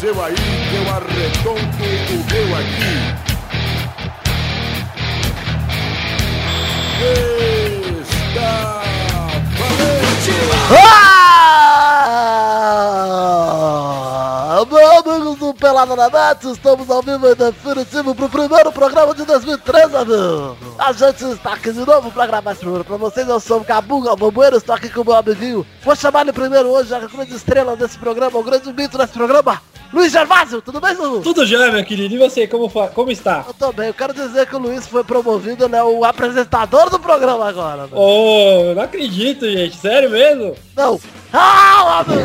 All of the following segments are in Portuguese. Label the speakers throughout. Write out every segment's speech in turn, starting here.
Speaker 1: seu aí, que eu arredonto o meu aqui. Está valente!
Speaker 2: Ah! Meu amigos do Pelada na Net, estamos ao vivo e definitivo pro primeiro programa de 2013, amigo. A gente está aqui de novo pra gravar esse programa pra vocês. Eu sou o Cabunga, Bombeiro, estou aqui com o meu amiguinho. Vou chamar ele primeiro hoje, a grande estrela desse programa, o grande mito desse programa, Luiz Gervásio. Tudo bem, Lu?
Speaker 3: Tudo já, meu querido. E você, como, fa- como está?
Speaker 2: Eu tô bem. Eu quero dizer que o Luiz foi promovido, ele é o apresentador do programa agora. né?
Speaker 3: Oh, eu não acredito, gente. Sério mesmo?
Speaker 2: Não! Ah, amigo!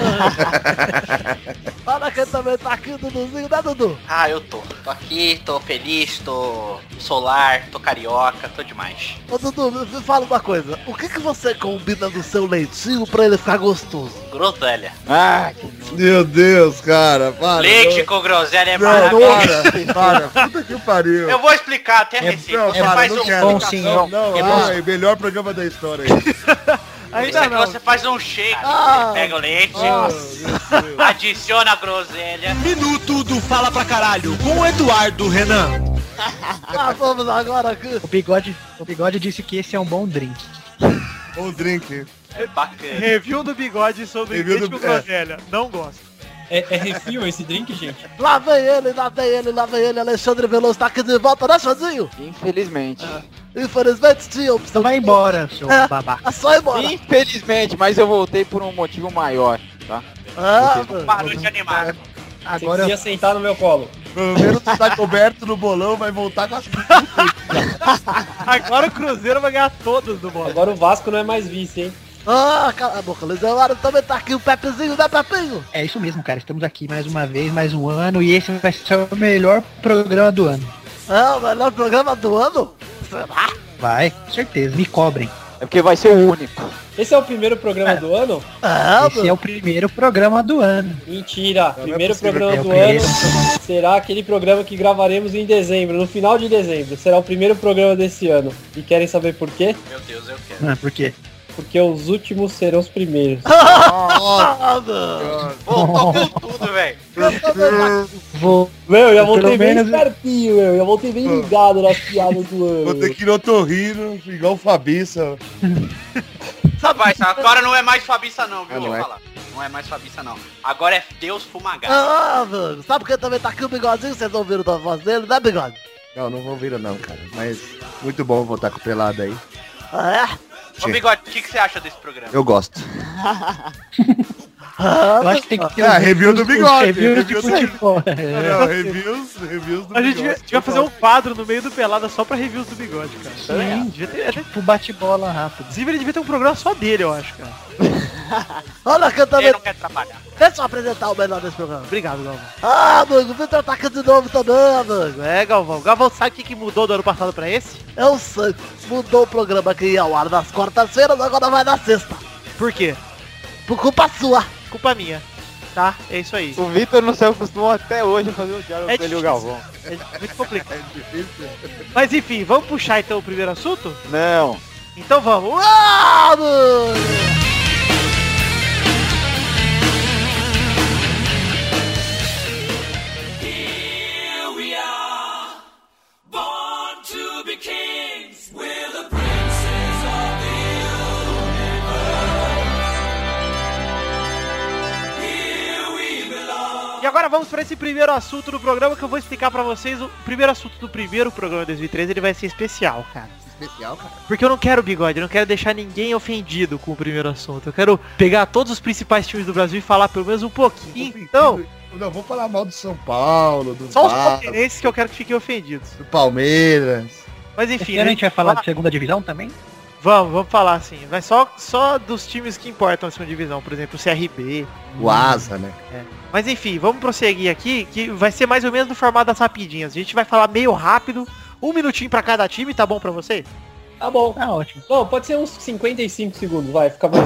Speaker 2: Olha quem também tá aqui, o Duduzinho, né, Dudu?
Speaker 4: Ah, eu tô. Tô aqui, tô feliz, tô solar, tô carioca, tô demais.
Speaker 2: Ô Dudu, me me fala uma coisa. O que, que você combina no seu leitinho pra ele ficar gostoso?
Speaker 4: Groselha.
Speaker 5: Meu Deus, cara, para.
Speaker 4: Leite com groselha é
Speaker 5: Não, não,
Speaker 4: maravilhoso.
Speaker 5: para, para. Puta que pariu.
Speaker 4: Eu vou explicar até a receita.
Speaker 5: não,
Speaker 4: Você
Speaker 5: para,
Speaker 4: faz
Speaker 5: não
Speaker 4: É, um
Speaker 5: quero.
Speaker 4: bom,
Speaker 5: Não, não, ai, melhor programa da história. aí.
Speaker 4: Isso aqui você faz um shake.
Speaker 2: Ah.
Speaker 4: Você pega o leite,
Speaker 5: Meu Deus.
Speaker 4: adiciona a groselha.
Speaker 6: Minuto do Fala Pra Caralho com Eduardo Renan.
Speaker 2: Ah, vamos agora aqui.
Speaker 7: O bigode, o bigode disse que esse é um bom drink.
Speaker 5: Bom drink.
Speaker 4: É bacana.
Speaker 8: Review do bigode sobre
Speaker 5: Review
Speaker 8: leite
Speaker 5: do-
Speaker 8: com groselha. Não gosto.
Speaker 3: É, é refil esse drink, gente?
Speaker 2: Lá vem ele, lá vem ele, lá vem ele. Alexandre Veloso tá aqui de volta, né, Chazinho?
Speaker 9: Infelizmente.
Speaker 2: Infelizmente tinha opção.
Speaker 7: Então vai embora, seu
Speaker 8: Ah.
Speaker 2: É.
Speaker 7: babaca.
Speaker 2: É só ir embora.
Speaker 9: Infelizmente, mas eu voltei por um motivo maior, tá?
Speaker 2: Ah,
Speaker 9: Vocês-
Speaker 2: mano.
Speaker 4: Barulho de animado.
Speaker 3: Agora...
Speaker 7: Agora
Speaker 3: Você ia sentar no meu colo.
Speaker 5: Pelo menos tá coberto no bolão, vai voltar com as
Speaker 8: Agora o Cruzeiro vai ganhar todas do bolo.
Speaker 3: Agora o Vasco não é mais vice, hein?
Speaker 2: ah, cala a boca, Luiz Eduardo também tá aqui, o Pepezinho, né, Pepinho?
Speaker 7: é isso mesmo, cara. Estamos aqui mais uma vez, mais um ano e esse vai ser o melhor programa do ano.
Speaker 2: É o melhor programa do ano? Será?
Speaker 7: Vai, com certeza. Me cobrem.
Speaker 9: É porque vai ser o único.
Speaker 3: Esse é o primeiro programa do ano?
Speaker 8: Ah,
Speaker 2: É,
Speaker 7: esse é o primeiro programa do ano.
Speaker 3: Mentira. primeiro
Speaker 5: possível
Speaker 3: programa
Speaker 7: que é o
Speaker 3: do
Speaker 7: primeiro.
Speaker 3: ano será aquele programa que gravaremos em dezembro, no final de dezembro. Será o primeiro programa desse ano. E querem saber por quê?
Speaker 4: Meu Deus, eu quero.
Speaker 7: Ah, por quê?
Speaker 3: Porque os últimos serão os primeiros.
Speaker 2: Ah, mano.
Speaker 4: Voltou com tudo, velho.
Speaker 2: Eu também tá
Speaker 7: Vou.
Speaker 3: Meu, eu já
Speaker 7: Pelo
Speaker 3: voltei bem
Speaker 7: menos-
Speaker 3: espertinho, meu. Eu já voltei bem ligado nas piadas do ano.
Speaker 5: Vou ter que ir no otorrino, igual o Fabiça.
Speaker 4: Rapaz, agora não é mais Fabiça não, viu?
Speaker 9: Ah, não
Speaker 4: Vou
Speaker 9: é?
Speaker 4: falar. Não é mais Fabiça não. Agora é Deus Fumagá.
Speaker 2: Ah, mano, sabe quem também tá aqui o bigodinho? Vocês ouviram da voz dele, né, bigode?
Speaker 5: Não, não vou vir não, cara. Mas muito bom voltar com o pelado aí.
Speaker 2: Ah, é?
Speaker 4: Ô Bigode, o que, que você acha desse programa?
Speaker 5: Eu gosto.
Speaker 2: Ah,
Speaker 7: Eu acho que tem que ter.
Speaker 5: Ah,
Speaker 7: os-
Speaker 5: review
Speaker 7: os-
Speaker 5: do
Speaker 7: os
Speaker 5: bigode,
Speaker 7: Reviews de
Speaker 5: review do-
Speaker 7: futebol.
Speaker 5: Não, reviews, reviews do
Speaker 8: A gente devia,
Speaker 5: Bigode.
Speaker 8: devia fazer um quadro no meio do Pelada só pra reviews do bigode, cara.
Speaker 7: Sim.
Speaker 8: Devia ter- né? até-
Speaker 7: Tipo bate-bola rápido.
Speaker 8: Inclusive, ele devia ter um programa só dele, eu acho, cara.
Speaker 2: Olha quem também.
Speaker 4: Ele não quer trabalhar.
Speaker 2: Deixa eu apresentar o melhor desse programa.
Speaker 8: um- Obrigado, Galvão.
Speaker 2: Ah, mano, o Vitor tá aqui de novo também, mano.
Speaker 8: É, Galvão. Galvão, sabe o que, que mudou do ano passado pra esse?
Speaker 2: Eu sei. Mudou o programa que ia ao ar nas quartas-feiras, agora vai na sexta.
Speaker 8: Por quê?
Speaker 2: Por culpa sua.
Speaker 8: Culpa minha. Tá? É isso aí.
Speaker 9: O Vitor não se acostumou até hoje a fazer o diálogo
Speaker 8: É
Speaker 9: com ele e
Speaker 8: difícil.
Speaker 9: o Galvão.
Speaker 8: É muito complicado. Mas enfim, vamos puxar então o primeiro assunto?
Speaker 9: Não.
Speaker 8: Então vamos.
Speaker 2: Ah, mano.
Speaker 8: E agora vamos para esse primeiro assunto do programa que eu vou explicar para vocês. O primeiro assunto do primeiro programa de 2013 ele vai ser especial, cara.
Speaker 5: especial, cara.
Speaker 8: Porque eu não quero bigode, eu não quero deixar ninguém ofendido com o primeiro assunto. Eu quero pegar todos os principais times do Brasil e falar pelo menos um pouquinho. Então,
Speaker 5: Não, vou falar mal do São Paulo, do,
Speaker 8: só os
Speaker 5: Vasco,
Speaker 8: palmeirenses que eu quero que fiquem ofendidos.
Speaker 5: do Palmeiras.
Speaker 8: Mas
Speaker 7: Esse
Speaker 8: enfim,
Speaker 7: ano É a
Speaker 8: né?
Speaker 7: gente vai falar de segunda divisão também?
Speaker 8: vamos, vamos falar assim. Mas só, só dos times que importam a segunda divisão, por exemplo, o CRB,
Speaker 5: O Asa, né?
Speaker 8: É. Mas enfim, vamos prosseguir aqui, que vai ser mais ou menos no formato das rapidinhas. A gente vai falar meio rápido, um minutinho pra cada time, tá bom pra você?
Speaker 3: Tá bom.
Speaker 7: Tá ótimo.
Speaker 3: Bom, pode ser uns 55 segundos, vai, fica mais.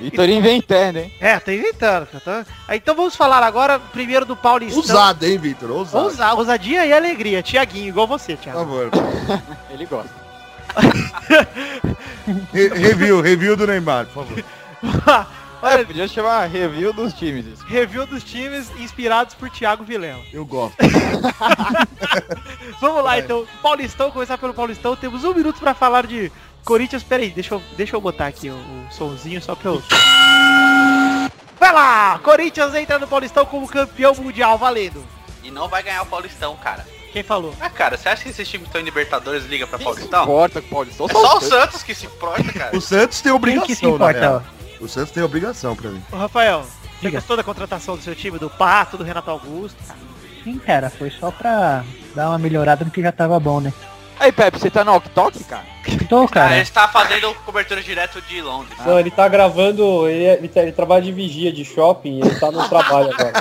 Speaker 9: Vitor né? inventando, hein?
Speaker 8: É, tá inventando, cara. tá? Ah, Então vamos falar agora primeiro do Paulistão.
Speaker 5: Ousado, hein, Vitor? Ousado.
Speaker 8: Ousa- ousadia e alegria. Tiaguinho, igual você,
Speaker 5: Por
Speaker 8: Thiago.
Speaker 5: favor.
Speaker 9: Ele gosta.
Speaker 5: Re- review, review do Neymar, por favor.
Speaker 9: Olha, podia chamar review dos times. isso.
Speaker 8: Review dos times inspirados por Thiago Vilela.
Speaker 5: Eu gosto.
Speaker 8: Vamos lá, então. Paulistão, começar pelo Paulistão. Temos um minuto pra falar de Corinthians. Pera aí, deixa eu, deixa eu botar aqui o, o somzinho só pra eu... Vai lá! Corinthians entra no Paulistão como campeão mundial, valendo.
Speaker 4: E não vai ganhar o Paulistão, cara.
Speaker 8: Quem falou?
Speaker 4: Ah, cara, você acha que esses times estão em Libertadores liga pra
Speaker 9: Quem se
Speaker 4: Paulistão?
Speaker 9: importa com o Paulistão?
Speaker 4: É só o Santos que se importa, cara.
Speaker 5: O Santos tem
Speaker 7: Quem que se
Speaker 5: obrigação, na
Speaker 7: importa,
Speaker 5: real.
Speaker 7: ó?
Speaker 5: O Santos tem obrigação pra mim.
Speaker 8: Ô, Rafael, você
Speaker 7: Diga.
Speaker 8: gostou da contratação do seu time? Do Pato, do Renato Augusto?
Speaker 7: Sim, cara, foi só pra dar uma melhorada no que já tava bom, né?
Speaker 9: Aí, Pepe, você tá no Ok cara?
Speaker 7: Tô,
Speaker 4: Cara,
Speaker 7: cara.
Speaker 4: ele tá fazendo cobertura direto de Londres.
Speaker 7: Ah.
Speaker 3: Não, ele tá gravando, ele, ele, tá- ele trabalha de vigia de shopping, ele tá no trabalho agora.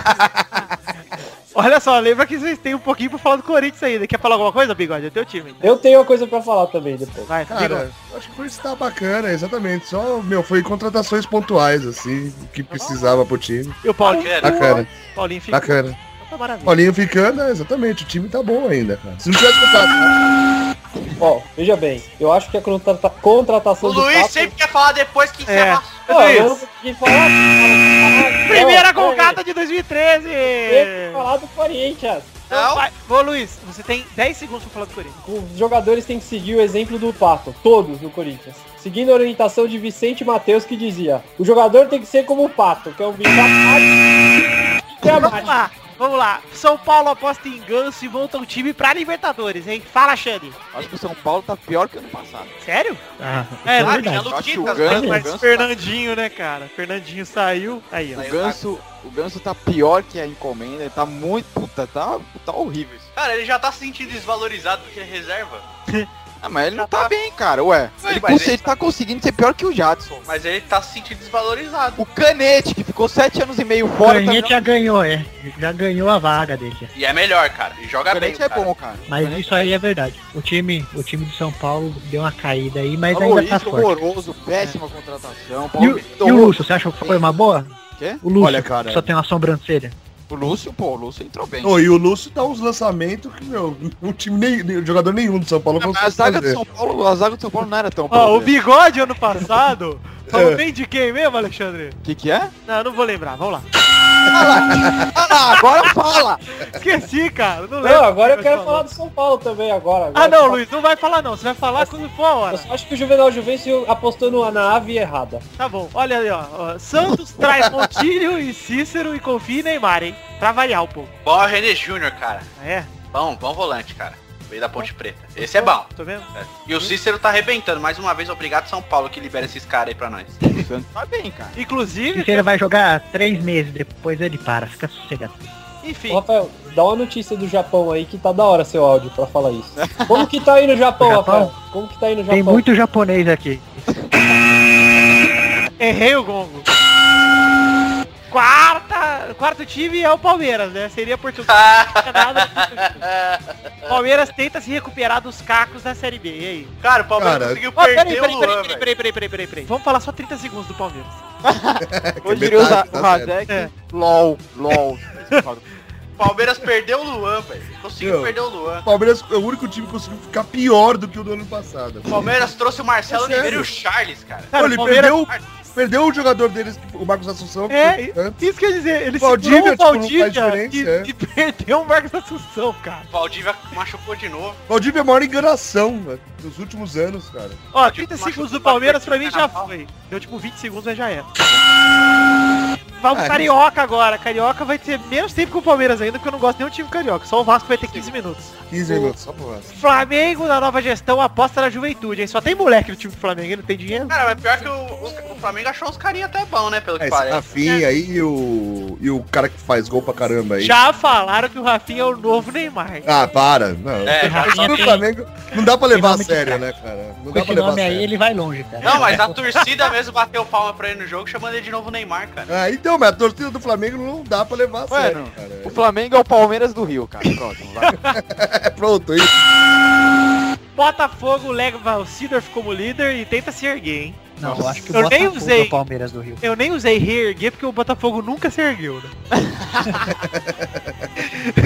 Speaker 8: Olha só, lembra que vocês têm um pouquinho pra falar do Corinthians ainda. Quer falar alguma coisa, Bigode? É teu time. ainda.
Speaker 3: Eu tenho uma coisa pra falar também depois.
Speaker 8: Vai, Bigode.
Speaker 5: Cara, eu acho que por isso tá bacana, exatamente. Só, meu, foi contratações pontuais, assim, o que precisava pro time.
Speaker 8: E o Paulinho?
Speaker 4: Bacana.
Speaker 5: Bacana,
Speaker 8: Paulinho fica...
Speaker 5: bacana.
Speaker 8: Tá maravilha.
Speaker 5: Paulinho ficando, é, exatamente, o time tá bom ainda, cara. Se não tivesse contrato, né?
Speaker 3: Ó, veja bem, eu acho que a contrata- contratação
Speaker 4: O
Speaker 3: do
Speaker 4: Luiz
Speaker 3: Pato-
Speaker 4: sempre quer falar depois que encerra.
Speaker 3: Pô,
Speaker 8: Luiz.
Speaker 3: eu não consegui falar. cara. Não,
Speaker 8: Primeira colgada de 2013!
Speaker 3: tem que falar do Corinthians.
Speaker 8: Então
Speaker 4: Não,
Speaker 8: vai. Ô Luiz, você tem 10 segundos pra falar do Corinthians.
Speaker 3: Os jogadores têm que seguir o exemplo do Pato, todos no Corinthians. Seguindo a orientação de Vicente Matheus que dizia: "O jogador tem que ser como o Pato, que é um bicho apático, que é
Speaker 8: Vamos
Speaker 3: mágico."
Speaker 8: lá, vamos lá. São Paulo aposta em ganso e monta um time pra Libertadores, hein? Fala, Xande.
Speaker 9: Acho que o São Paulo tá pior que ano passado.
Speaker 8: Sério?
Speaker 7: Ah,
Speaker 8: É,
Speaker 4: claro,
Speaker 8: verdade.
Speaker 4: tinha
Speaker 9: Tá
Speaker 4: Luquitas,
Speaker 9: chugando,
Speaker 4: mas-
Speaker 9: o
Speaker 8: Mas
Speaker 9: Ganso tá-
Speaker 8: Fernandinho, né, cara? Fernandinho saiu.
Speaker 4: né?
Speaker 8: Aí, ó.
Speaker 9: o Ganso, o Ganso tá pior que a encomenda, ele tá muito, puta, tá, tá horrível isso.
Speaker 4: Cara, ele já tá se sentindo desvalorizado porque é reserva.
Speaker 9: Ah, mas ele não tá bem, cara, ué.
Speaker 4: Ué,
Speaker 9: Ele,
Speaker 4: mas
Speaker 9: conse-
Speaker 4: ele-
Speaker 9: ele tá conseguindo ser pior que o Jadson.
Speaker 4: Mas ele tá se sentindo desvalorizado.
Speaker 9: O Canete, que ficou sete anos e meio
Speaker 7: O
Speaker 9: fora, tá
Speaker 7: Corinthians já ganhou, é. Já ganhou a vaga dele.
Speaker 4: E é melhor, cara. E joga
Speaker 9: O
Speaker 4: bem.
Speaker 9: Canete é
Speaker 4: cara.
Speaker 9: bom, cara.
Speaker 7: Mas
Speaker 9: Canete
Speaker 7: isso aí é verdade. O time, o time do São Paulo deu uma caída aí, mas ainda tá
Speaker 9: Maurício,
Speaker 7: forte.
Speaker 9: horroroso, péssima contratação.
Speaker 7: E
Speaker 9: Paulo
Speaker 7: o, e o Lúcio, você acha que foi uma boa?
Speaker 9: Quê?
Speaker 7: O Lúcio,
Speaker 5: Olha, cara.
Speaker 7: só tem uma sobrancelha.
Speaker 9: O Lúcio, pô, o Lúcio entrou bem.
Speaker 5: Ô, e o Lúcio dá uns lançamentos que, meu, o time nem, nem- jogador nenhum do São Paulo
Speaker 9: Ah, mas a
Speaker 5: consegue
Speaker 9: zaga do
Speaker 5: fazer.
Speaker 9: São Paulo, a zaga do São Paulo não era tão
Speaker 8: Ó, o
Speaker 9: boa.
Speaker 8: bigode ano passado. Falou
Speaker 5: É.
Speaker 8: bem de quem mesmo, Alexandre?
Speaker 9: que que é?
Speaker 8: Não, eu não vou lembrar, vamos lá.
Speaker 9: Ah, lá, agora fala!
Speaker 8: Esqueci, cara, não lembro.
Speaker 3: Não, agora eu quero Né?
Speaker 8: Mas
Speaker 3: falar do São Paulo também agora.
Speaker 8: Ah
Speaker 3: Agora
Speaker 8: não,
Speaker 3: eu-
Speaker 8: Luiz, não vai falar não, você vai falar quando for a
Speaker 3: Eu
Speaker 8: hora.
Speaker 3: só acho que o Juvenal Juvencio apostou no- na ave errada.
Speaker 8: Tá bom, olha aí, ó. ó, Santos traz Montilho e Cícero e confia em Neymar, hein? Pra variar um pouco.
Speaker 4: Bom é o René Júnior, cara.
Speaker 8: É,
Speaker 4: Bom, bom volante, cara. Veio da Ponte Preta. Esse é bom.
Speaker 8: tô Tá vendo?
Speaker 4: E o Cícero tá arrebentando. Mais uma vez, obrigado São Paulo que libera esses caras aí pra nós.
Speaker 9: O Santos tá bem, cara.
Speaker 8: Inclusive,
Speaker 7: Porque ele vai jogar três meses, depois ele para, fica sossegado.
Speaker 8: enfim.
Speaker 3: Ô, Rafael, dá uma notícia do Japão aí que tá da hora seu áudio pra falar isso. Como que tá aí no Japão,
Speaker 7: No Japão?
Speaker 3: Rafael? Como que tá aí no Japão?
Speaker 7: Tem muito japonês aqui.
Speaker 8: Errei o gongo. Quarta, quarto time é o Palmeiras, né? Seria Portugal. Nada. Palmeiras tenta se recuperar dos cacos da Série B. E aí?
Speaker 4: Cara, o Palmeiras
Speaker 5: Cara,
Speaker 4: conseguiu
Speaker 8: Ó, peraí,
Speaker 4: perder
Speaker 8: peraí,
Speaker 4: o
Speaker 8: peraí,
Speaker 4: Luan,
Speaker 8: peraí,
Speaker 4: velho.
Speaker 8: peraí, peraí, peraí, peraí, peraí. Vamos falar só 30 segundos do Palmeiras.
Speaker 9: Hoje
Speaker 5: metade
Speaker 9: diria o
Speaker 5: da
Speaker 9: Radek. LOL, LOL.
Speaker 4: O Palmeiras perdeu o Luan, velho. Conseguiu
Speaker 5: Meu.
Speaker 4: perder o Luan.
Speaker 5: O Palmeiras é o único time que conseguiu ficar pior do que o do ano passado.
Speaker 4: O Palmeiras trouxe o Marcelo
Speaker 5: É sério.
Speaker 4: Oliveira e o Charles, cara.
Speaker 8: Cara,
Speaker 5: ele
Speaker 8: o Palmeiras-
Speaker 5: perdeu, perdeu o jogador deles, o Marcos Assunção.
Speaker 8: É,
Speaker 5: portanto.
Speaker 8: isso quer dizer, ele
Speaker 5: Valdívia,
Speaker 8: segurou o
Speaker 5: tipo, não faz
Speaker 8: Valdívia
Speaker 5: diferença, é.
Speaker 8: e, e perdeu o Marcos Assunção, cara.
Speaker 4: O Valdívia machucou de novo.
Speaker 5: Valdívia é a maior enganação velho, dos últimos anos, cara.
Speaker 8: Ó,
Speaker 4: Tipo,
Speaker 8: 30
Speaker 4: machucou
Speaker 8: segundos do
Speaker 4: bastante
Speaker 8: Palmeiras pra mim já
Speaker 4: Carnaval.
Speaker 8: foi. Deu tipo 20 segundos, mas já era. Vamos
Speaker 5: Ah,
Speaker 8: pro Carioca agora. Carioca vai ter menos tempo que o Palmeiras ainda, porque eu não gosto nenhum time carioca. Só o Vasco vai ter 15 minutos.
Speaker 5: 15 minutos, só pro resto.
Speaker 8: Flamengo na nova gestão aposta na juventude, hein? Só tem moleque no time do Flamengo, hein? não tem dinheiro.
Speaker 4: Cara, mas pior que o, o- o Flamengo achou uns carinha até bom, né? Pelo que
Speaker 5: É, esse
Speaker 4: parece.
Speaker 5: Rafinha aí e o, e o cara que faz gol pra caramba aí.
Speaker 8: Já falaram que o Rafinha é o novo Neymar.
Speaker 5: Ah, para. Não.
Speaker 4: É, já
Speaker 5: Isso
Speaker 4: só
Speaker 5: do
Speaker 4: tem-
Speaker 5: Flamengo não dá pra levar a
Speaker 7: nome de
Speaker 5: sério, né, cara? Não
Speaker 7: Com
Speaker 5: dá
Speaker 7: esse
Speaker 5: pra levar a
Speaker 7: nome aí
Speaker 5: sério.
Speaker 7: ele vai longe, cara.
Speaker 4: Não, mas a torcida mesmo bateu palma pra ele no jogo, chamando ele de novo Neymar, cara.
Speaker 5: Ah, então, mas a torcida do Flamengo não dá pra levar a sério,
Speaker 9: Mano,
Speaker 5: cara.
Speaker 9: O Flamengo é o Palmeiras do Rio, cara. Próximo, vai.
Speaker 5: É pronto, isso.
Speaker 8: Botafogo leva o Sidorf como líder e tenta se erguer, hein?
Speaker 7: Não, eu acho que
Speaker 8: Eu
Speaker 7: o
Speaker 8: nem
Speaker 7: Botafogo é
Speaker 8: usei.
Speaker 7: o Palmeiras do Rio.
Speaker 8: Eu nem usei reerguer porque o Botafogo nunca se ergueu, né?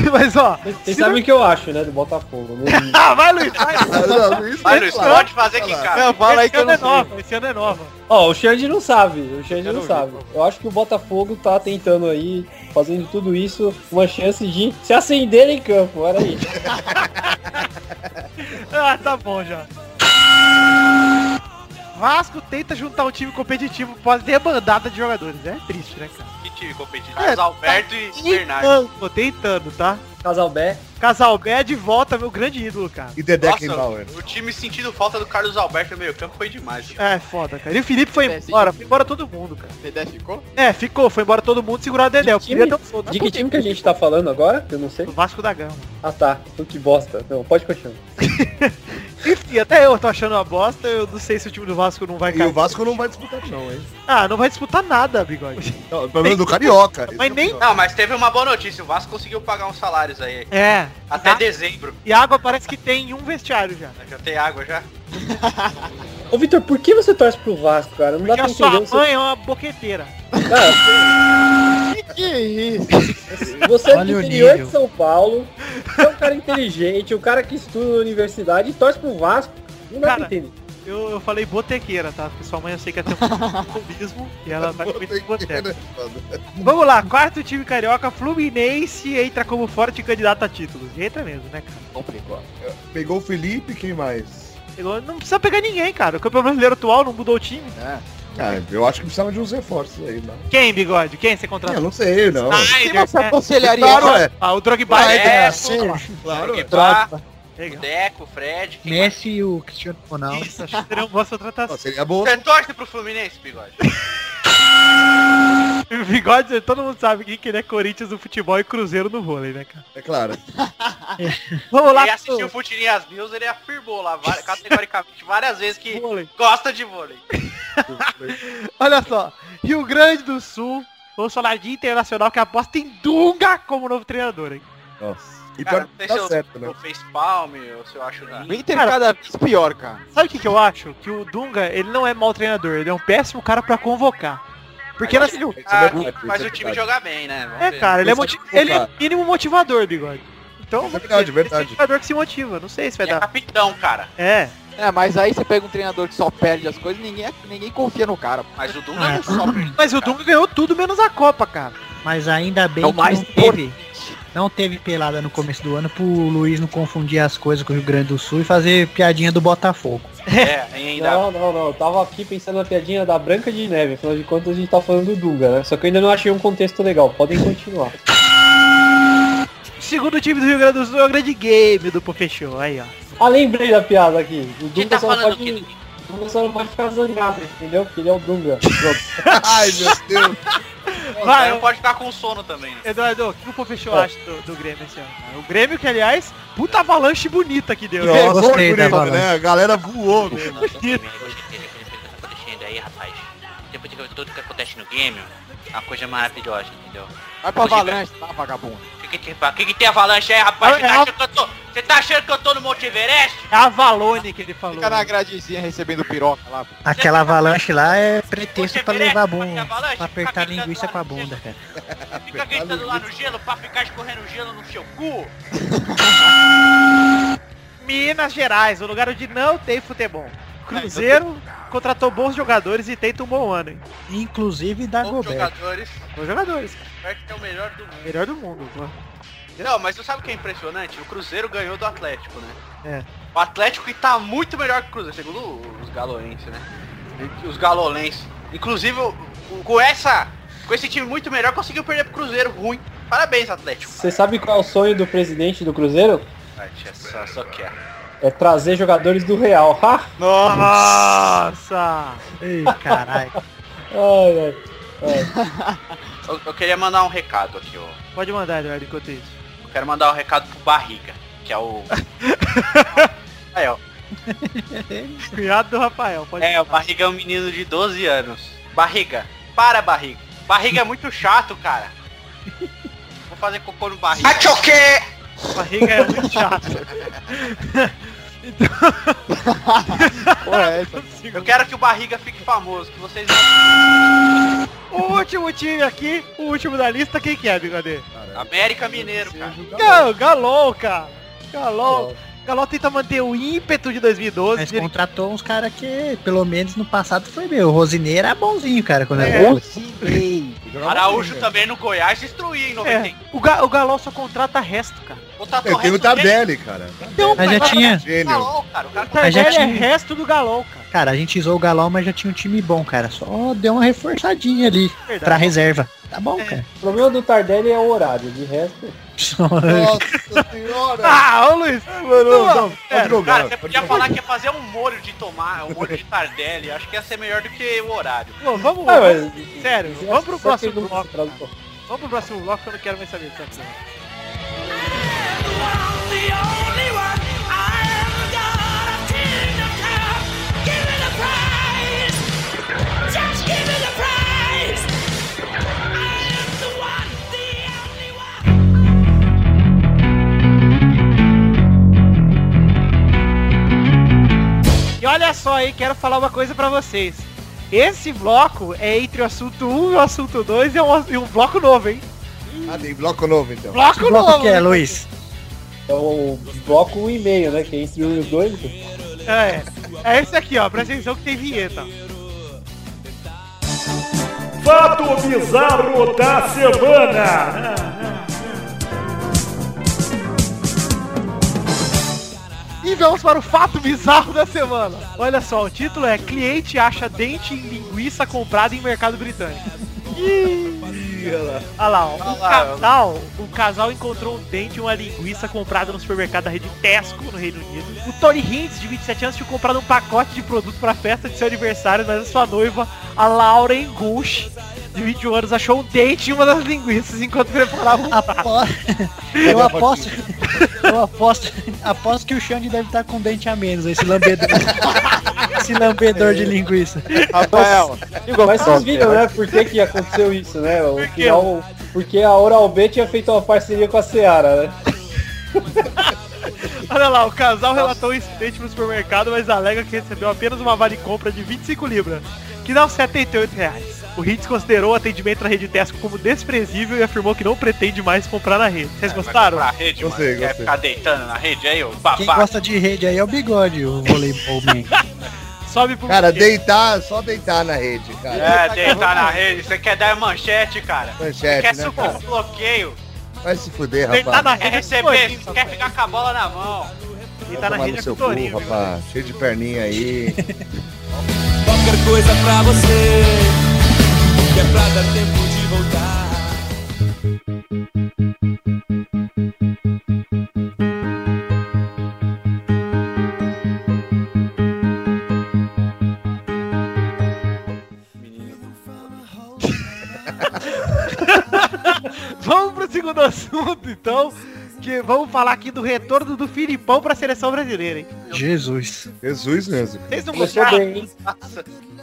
Speaker 8: Mas ó.
Speaker 3: Vocês sabem o que eu acho, né, do Botafogo. né?
Speaker 8: Ah, vai Luiz, vai!
Speaker 5: Não, isso
Speaker 4: Vai,
Speaker 5: aí,
Speaker 4: Luiz,
Speaker 5: É, claro.
Speaker 4: pode fazer aqui, cara.
Speaker 9: Não, fala aí
Speaker 8: esse
Speaker 9: que eu
Speaker 8: ano
Speaker 9: não
Speaker 8: é
Speaker 9: sei.
Speaker 8: nova, esse ano é nova.
Speaker 3: Ó, o Xande não sabe, o Xande não
Speaker 8: vi,
Speaker 3: sabe. Eu acho que o Botafogo tá tentando aí, fazendo tudo isso, uma chance de se acender em campo, era isso.
Speaker 8: Ah, tá bom já. Vasco tenta juntar um time competitivo pós debandada de jogadores. É triste, né, cara?
Speaker 4: Que time competitivo.
Speaker 9: É,
Speaker 4: Carlos
Speaker 9: tá
Speaker 4: Alberto e Bernardo.
Speaker 8: Tentando, Tô tentando, tá?
Speaker 3: Casalbé.
Speaker 8: Casalbé de volta, meu grande ídolo, cara.
Speaker 5: E Dedé Bauer.
Speaker 4: Nossa, o time sentindo falta do Carlos Alberto no meio campo foi demais. cara.
Speaker 8: É, foda, cara. E o Felipe foi
Speaker 9: É, sim.
Speaker 8: embora, foi embora todo mundo, cara.
Speaker 9: Dedé ficou?
Speaker 8: É, ficou, foi embora todo mundo segurar o Dedé. Eu
Speaker 3: De
Speaker 8: queria
Speaker 3: time?
Speaker 8: ter um solto.
Speaker 3: De que time que a gente tá falando agora? Eu não sei.
Speaker 8: Do Vasco da Gama.
Speaker 3: Ah tá, tu que bosta. Não, pode continuar.
Speaker 8: Enfim, até eu tô achando uma bosta, eu não sei se o time do Vasco não vai
Speaker 5: E
Speaker 8: cair.
Speaker 5: o Vasco não vai disputar não, hein?
Speaker 8: Ah, não vai disputar nada, bigode.
Speaker 5: Não, pelo menos do Carioca. é
Speaker 8: Mas nem.
Speaker 4: Não, mas teve uma boa notícia. O Vasco conseguiu pagar uns salários aí.
Speaker 8: É.
Speaker 4: Até
Speaker 8: Tá?
Speaker 4: dezembro.
Speaker 8: E água parece que tem em um vestiário já.
Speaker 4: Já tem água já?
Speaker 3: Ô Vitor, por que você torce pro Vasco, cara? Não dá
Speaker 8: Porque
Speaker 3: pra
Speaker 8: a sua
Speaker 3: entender
Speaker 8: mãe
Speaker 3: você.
Speaker 8: é uma boqueteira.
Speaker 3: Cara,
Speaker 9: Que isso?
Speaker 3: você é do
Speaker 7: Olha o
Speaker 3: interior
Speaker 7: nível.
Speaker 3: de São Paulo, você é um cara inteligente, um cara que estuda na universidade e torce pro Vasco. Não dá
Speaker 8: Cara,
Speaker 3: pra entender.
Speaker 8: Eu, eu falei botequeira, tá? Porque sua mãe eu sei que é até um cubismo e ela tá vai comer de boteca.
Speaker 5: é
Speaker 8: Vamos lá, quarto time carioca, Fluminense entra como forte candidato a títulos. E entra mesmo, né, cara?
Speaker 9: Complicou.
Speaker 5: Pegou o Felipe, quem mais?
Speaker 8: Pegou- Não precisa pegar ninguém, cara. O campeão brasileiro atual não mudou o time.
Speaker 5: Ah, eu acho que precisava de uns reforços aí, não.
Speaker 8: Quem, bigode? Quem você
Speaker 5: Ah,
Speaker 8: contratou?
Speaker 5: não sei, não.
Speaker 9: Quem você
Speaker 8: Snyder, né?
Speaker 9: aconselharia?
Speaker 5: Claro, é.
Speaker 8: Ah, o Drogba.
Speaker 4: Ah, é?
Speaker 8: né?
Speaker 5: Claro, é.
Speaker 4: Guibá,
Speaker 8: Legal.
Speaker 4: Deco, Fred. quem mais?
Speaker 7: Messi e o Cristiano Ronaldo.
Speaker 8: Isso, acho que seria uma boa
Speaker 5: Ó,
Speaker 8: contratação.
Speaker 5: Seria bom.
Speaker 4: Você torce pro Fluminense, bigode?
Speaker 8: O Bigode, todo mundo sabe que ele é Corinthians no futebol e Cruzeiro no vôlei, né, cara?
Speaker 5: É claro.
Speaker 8: Vamos lá,
Speaker 4: Ele assistiu o Futirinhas News, ele afirmou lá várias- categoricamente várias vezes
Speaker 8: pro
Speaker 4: que
Speaker 8: vôlei.
Speaker 4: gosta de vôlei.
Speaker 8: Olha só, Rio Grande do Sul, vamos falar de Internacional que aposta em Dunga como novo treinador, hein?
Speaker 5: Nossa. E
Speaker 4: Cara,
Speaker 5: pior
Speaker 4: não
Speaker 5: que
Speaker 4: sei
Speaker 5: tá
Speaker 4: se eu,
Speaker 5: certo,
Speaker 4: eu
Speaker 5: né?
Speaker 4: fiz palme ou se eu acho nada.
Speaker 9: O Inter
Speaker 8: Cara,
Speaker 9: cada vez pior, cara.
Speaker 8: Sabe o que, que eu acho? Que o Dunga, ele não é mau treinador, ele é um péssimo cara pra convocar. Porque
Speaker 4: Aí
Speaker 8: na-
Speaker 4: você-
Speaker 5: Isso é
Speaker 4: Ah,
Speaker 5: verdade, isso
Speaker 4: faz
Speaker 5: é
Speaker 4: o time
Speaker 5: verdade.
Speaker 4: jogar bem, né? Vamos
Speaker 8: É,
Speaker 4: ver.
Speaker 8: cara, ele é,
Speaker 5: Isso é
Speaker 8: moti-
Speaker 5: convocar.
Speaker 8: ele é mínimo motivador, bigode. Então,
Speaker 5: Isso é verdade,
Speaker 8: esse
Speaker 5: verdade.
Speaker 8: É um jogador que se motiva, não sei se vai
Speaker 4: Ele é
Speaker 8: dar.
Speaker 4: capitão, cara.
Speaker 8: É,
Speaker 9: É, mas aí você pega um treinador que só perde as coisas, ninguém, é- ninguém confia no cara.
Speaker 4: Mas o Dunga não só perdeu.
Speaker 8: mas o Dunga ganhou tudo menos a Copa, cara.
Speaker 7: Mas ainda bem
Speaker 9: É o
Speaker 7: que
Speaker 9: mais
Speaker 7: não teve, não teve pelada no começo do ano pro Luiz não confundir as coisas com o Rio Grande do Sul e fazer piadinha do Botafogo.
Speaker 4: É, ainda.
Speaker 3: Não, não, não. Eu tava aqui pensando na piadinha da Branca de Neve. Afinal de contas, a gente tá falando do Dunga, né? Só que eu ainda não achei um contexto legal. Podem continuar.
Speaker 8: O segundo time do Rio Grande do Sul é o grande game do Pofechou, aí, ó.
Speaker 3: Ah, lembrei da piada aqui. O
Speaker 4: Quem
Speaker 3: Dunga
Speaker 4: tá
Speaker 3: só não
Speaker 4: falando
Speaker 3: pode...
Speaker 4: o quê?
Speaker 3: o Dunga só não pode ficar zangado, entendeu? Porque ele é o Dunga. Pronto.
Speaker 5: Ai, meu Deus.
Speaker 4: Vai,
Speaker 8: Vai,
Speaker 4: não pode ficar com sono também, né?
Speaker 8: Eduardo, o que o Pofechou acha do, do Grêmio esse ano? cara? O Grêmio que, aliás, puta avalanche bonita que deu. né?
Speaker 5: Nossa,
Speaker 7: gostei
Speaker 5: bonito,
Speaker 7: da balança.
Speaker 5: né? A galera voou mesmo.
Speaker 4: tá acontecendo aí, rapaz. Depois de tudo que acontece no game, é uma coisa maravilhosa, entendeu?
Speaker 9: Vai pra Avalanche, tá, vagabundo?
Speaker 4: O que, que, que, que tem avalanche aí, rapaz? Você tá, achando que eu tô, você tá achando que eu tô no Monte Everest?
Speaker 8: É a Avalone que ele falou.
Speaker 9: Fica na gradezinha recebendo piroca lá. pô.
Speaker 7: Aquela avalanche lá é
Speaker 4: Monte
Speaker 7: pretexto pra
Speaker 4: Everest,
Speaker 7: levar a
Speaker 4: fazer
Speaker 7: bunda.
Speaker 4: avalanche,
Speaker 7: Pra
Speaker 4: ficar
Speaker 7: apertar a
Speaker 4: gritando
Speaker 7: linguiça
Speaker 4: lá
Speaker 7: com a
Speaker 4: no
Speaker 7: bunda, cara.
Speaker 4: gelo, Fica gritando lá no gelo pra ficar escorrendo gelo no seu cu.
Speaker 8: Minas Gerais, o lugar onde não tem futebol. Cruzeiro contratou bons jogadores e tenta um bom ano. hein?
Speaker 7: Inclusive da
Speaker 4: Bons
Speaker 7: Goberto.
Speaker 4: jogadores,
Speaker 8: Bons jogadores, cara.
Speaker 4: perto que é o melhor do mundo.
Speaker 8: Melhor do mundo. pô.
Speaker 4: Não, mas você sabe o que é impressionante? O Cruzeiro ganhou do Atlético, né?
Speaker 8: É.
Speaker 4: O Atlético que tá muito melhor que o Cruzeiro, segundo os galoenses, né? Os galolenses. Inclusive, o- o- com essa. Com esse time muito melhor, conseguiu perder pro Cruzeiro ruim. Parabéns, Atlético.
Speaker 3: Você sabe qual é o sonho do presidente do Cruzeiro?
Speaker 4: Ai, tia, só, só que é.
Speaker 3: É trazer jogadores do Real. Ha!
Speaker 8: Nossa!
Speaker 7: Ei, caralho.
Speaker 3: Ai, ai.
Speaker 4: eu, eu queria mandar um recado aqui, ó.
Speaker 8: Pode mandar, Eduardo, enquanto isso.
Speaker 4: Eu quero mandar um recado pro Barriga, que é o. Aí, ó.
Speaker 8: Cunhado do Rafael, pode
Speaker 4: É, o Barriga é um menino de 12 anos. Barriga, para Barriga. Barriga é muito chato, cara. Tá Vou fazer cocô no barriga.
Speaker 8: barriga é muito chato.
Speaker 9: Porra, é
Speaker 5: então,
Speaker 9: essa?
Speaker 4: Eu quero que o Barriga fique famoso, que vocês...
Speaker 8: O último time aqui, o último da lista, quem que é, Bigode?
Speaker 4: América Mineiro, cara.
Speaker 8: Não, Galol, cara. Galol. Galol tenta manter o ímpeto de 2012.
Speaker 7: Mas
Speaker 8: ele-
Speaker 7: contratou uns caras que, pelo menos no passado, foi meu. O Rosinei era bonzinho, cara, quando era.
Speaker 4: Araújo também no Goiás destruía em
Speaker 8: É,
Speaker 4: 91.
Speaker 8: o, Ga- o Galol só contrata resto, cara.
Speaker 4: Contratou
Speaker 5: É, tem o
Speaker 4: resto dele,
Speaker 5: Tardelli, cara.
Speaker 8: Então,
Speaker 7: Mas já tinha.
Speaker 5: Gênio.
Speaker 4: falou, cara. O cara
Speaker 8: Tá
Speaker 7: Mas já
Speaker 8: velho é
Speaker 7: tinha.
Speaker 8: resto do Galol, cara.
Speaker 7: Cara, a gente usou o Galão, mas já tinha um time bom, cara. Só deu uma reforçadinha ali pra reserva. Tá bom, cara.
Speaker 3: O problema do Tardelli é o horário, de resto.
Speaker 5: Nossa senhora.
Speaker 8: Ah, ô Luiz.
Speaker 5: Mano, não, pode jogar,
Speaker 4: Cara, você
Speaker 5: pode
Speaker 4: podia
Speaker 5: jogar.
Speaker 4: falar que ia fazer um molho de tomar, um molho de tardelli. Acho que ia ser melhor do que o horário.
Speaker 8: Pô, vamos,
Speaker 3: Ah,
Speaker 8: vamos-
Speaker 3: mas-
Speaker 8: sério, vamos pro
Speaker 3: Só que
Speaker 8: próximo
Speaker 3: não-
Speaker 8: bloco. Vamos pro próximo bloco que eu não quero mais saber dessa coisa. E olha só aí, quero falar uma coisa pra vocês. Esse bloco é entre o assunto 1 e o assunto 2 e é um, e um bloco novo, hein?
Speaker 5: Ah, tem bloco novo, então.
Speaker 8: Bloco
Speaker 7: Que
Speaker 8: novo!
Speaker 7: bloco que é, Luiz?
Speaker 3: É o bloco 1 e meio, né? Que é entre os dois.
Speaker 8: É, é esse aqui, ó. Presta atenção que tem vinheta.
Speaker 10: Fato bizarro da semana.
Speaker 8: E vamos para o fato bizarro da semana. Olha só, o título é Cliente acha dente em linguiça comprada em mercado britânico. Olha lá, ó, um casal, um casal encontrou um dente e uma linguiça comprada no supermercado da rede Tesco, no Reino Unido. O Tony Hintz, de 27 anos, tinha comprado um pacote de produto para a festa de seu aniversário, mas a sua noiva, a Lauren Gush, de 21 anos, achou um dente em uma das linguiças enquanto preparava um prato.
Speaker 7: Apo- Eu aposto. Eu aposto. Aposto que o Xande deve estar com dente a menos, esse lambedor. esse lambedor
Speaker 5: É.
Speaker 7: de linguiça.
Speaker 9: Rafael,
Speaker 3: Mas vocês viram, né? Por que, que aconteceu isso, né? O
Speaker 8: quê?
Speaker 3: final, porque a Oral B tinha feito uma parceria com a Seara, né?
Speaker 8: Olha lá, o casal relatou o incidente no supermercado, mas alega que recebeu apenas uma vale compra de 25 libras, que dá uns 78 reais. O Hits considerou o atendimento na rede Tesco como desprezível e afirmou que não pretende mais comprar na rede. Vocês gostaram?
Speaker 4: Pra rede, mano.
Speaker 5: Gostei,
Speaker 4: Quer
Speaker 5: gostei.
Speaker 4: ficar deitando na rede aí, ô
Speaker 7: Quem
Speaker 4: babá.
Speaker 7: gosta de rede aí é o bigode, o voleibol.
Speaker 8: Sobe pro
Speaker 5: Cara, deitar, só deitar na rede, cara.
Speaker 4: É, deitar na rede. Você quer dar manchete, cara.
Speaker 2: É,
Speaker 5: Manchete,
Speaker 4: quer
Speaker 5: né,
Speaker 4: subir
Speaker 5: cara?
Speaker 4: o bloqueio.
Speaker 5: Vai se fuder,
Speaker 8: Deitar
Speaker 5: rapaz.
Speaker 8: na
Speaker 4: Quer
Speaker 8: rede é
Speaker 4: receber,
Speaker 8: pitorinho,
Speaker 4: quer ficar com a bola na mão.
Speaker 8: Deitar na
Speaker 5: Tomar
Speaker 8: rede
Speaker 5: no
Speaker 8: é
Speaker 5: seu cu,
Speaker 8: pitorinho, viu?
Speaker 5: rapaz. Ah, Cheio de perninha aí.
Speaker 6: Qualquer coisa pra você. Que é pra dar tempo de voltar.
Speaker 8: Vamos pro segundo assunto, então. Que vamos falar aqui do retorno do Filipão pra seleção brasileira, hein?
Speaker 7: Jesus.
Speaker 5: Jesus mesmo.
Speaker 8: Vocês não
Speaker 3: Começou
Speaker 8: gostaram?
Speaker 3: bem, hein?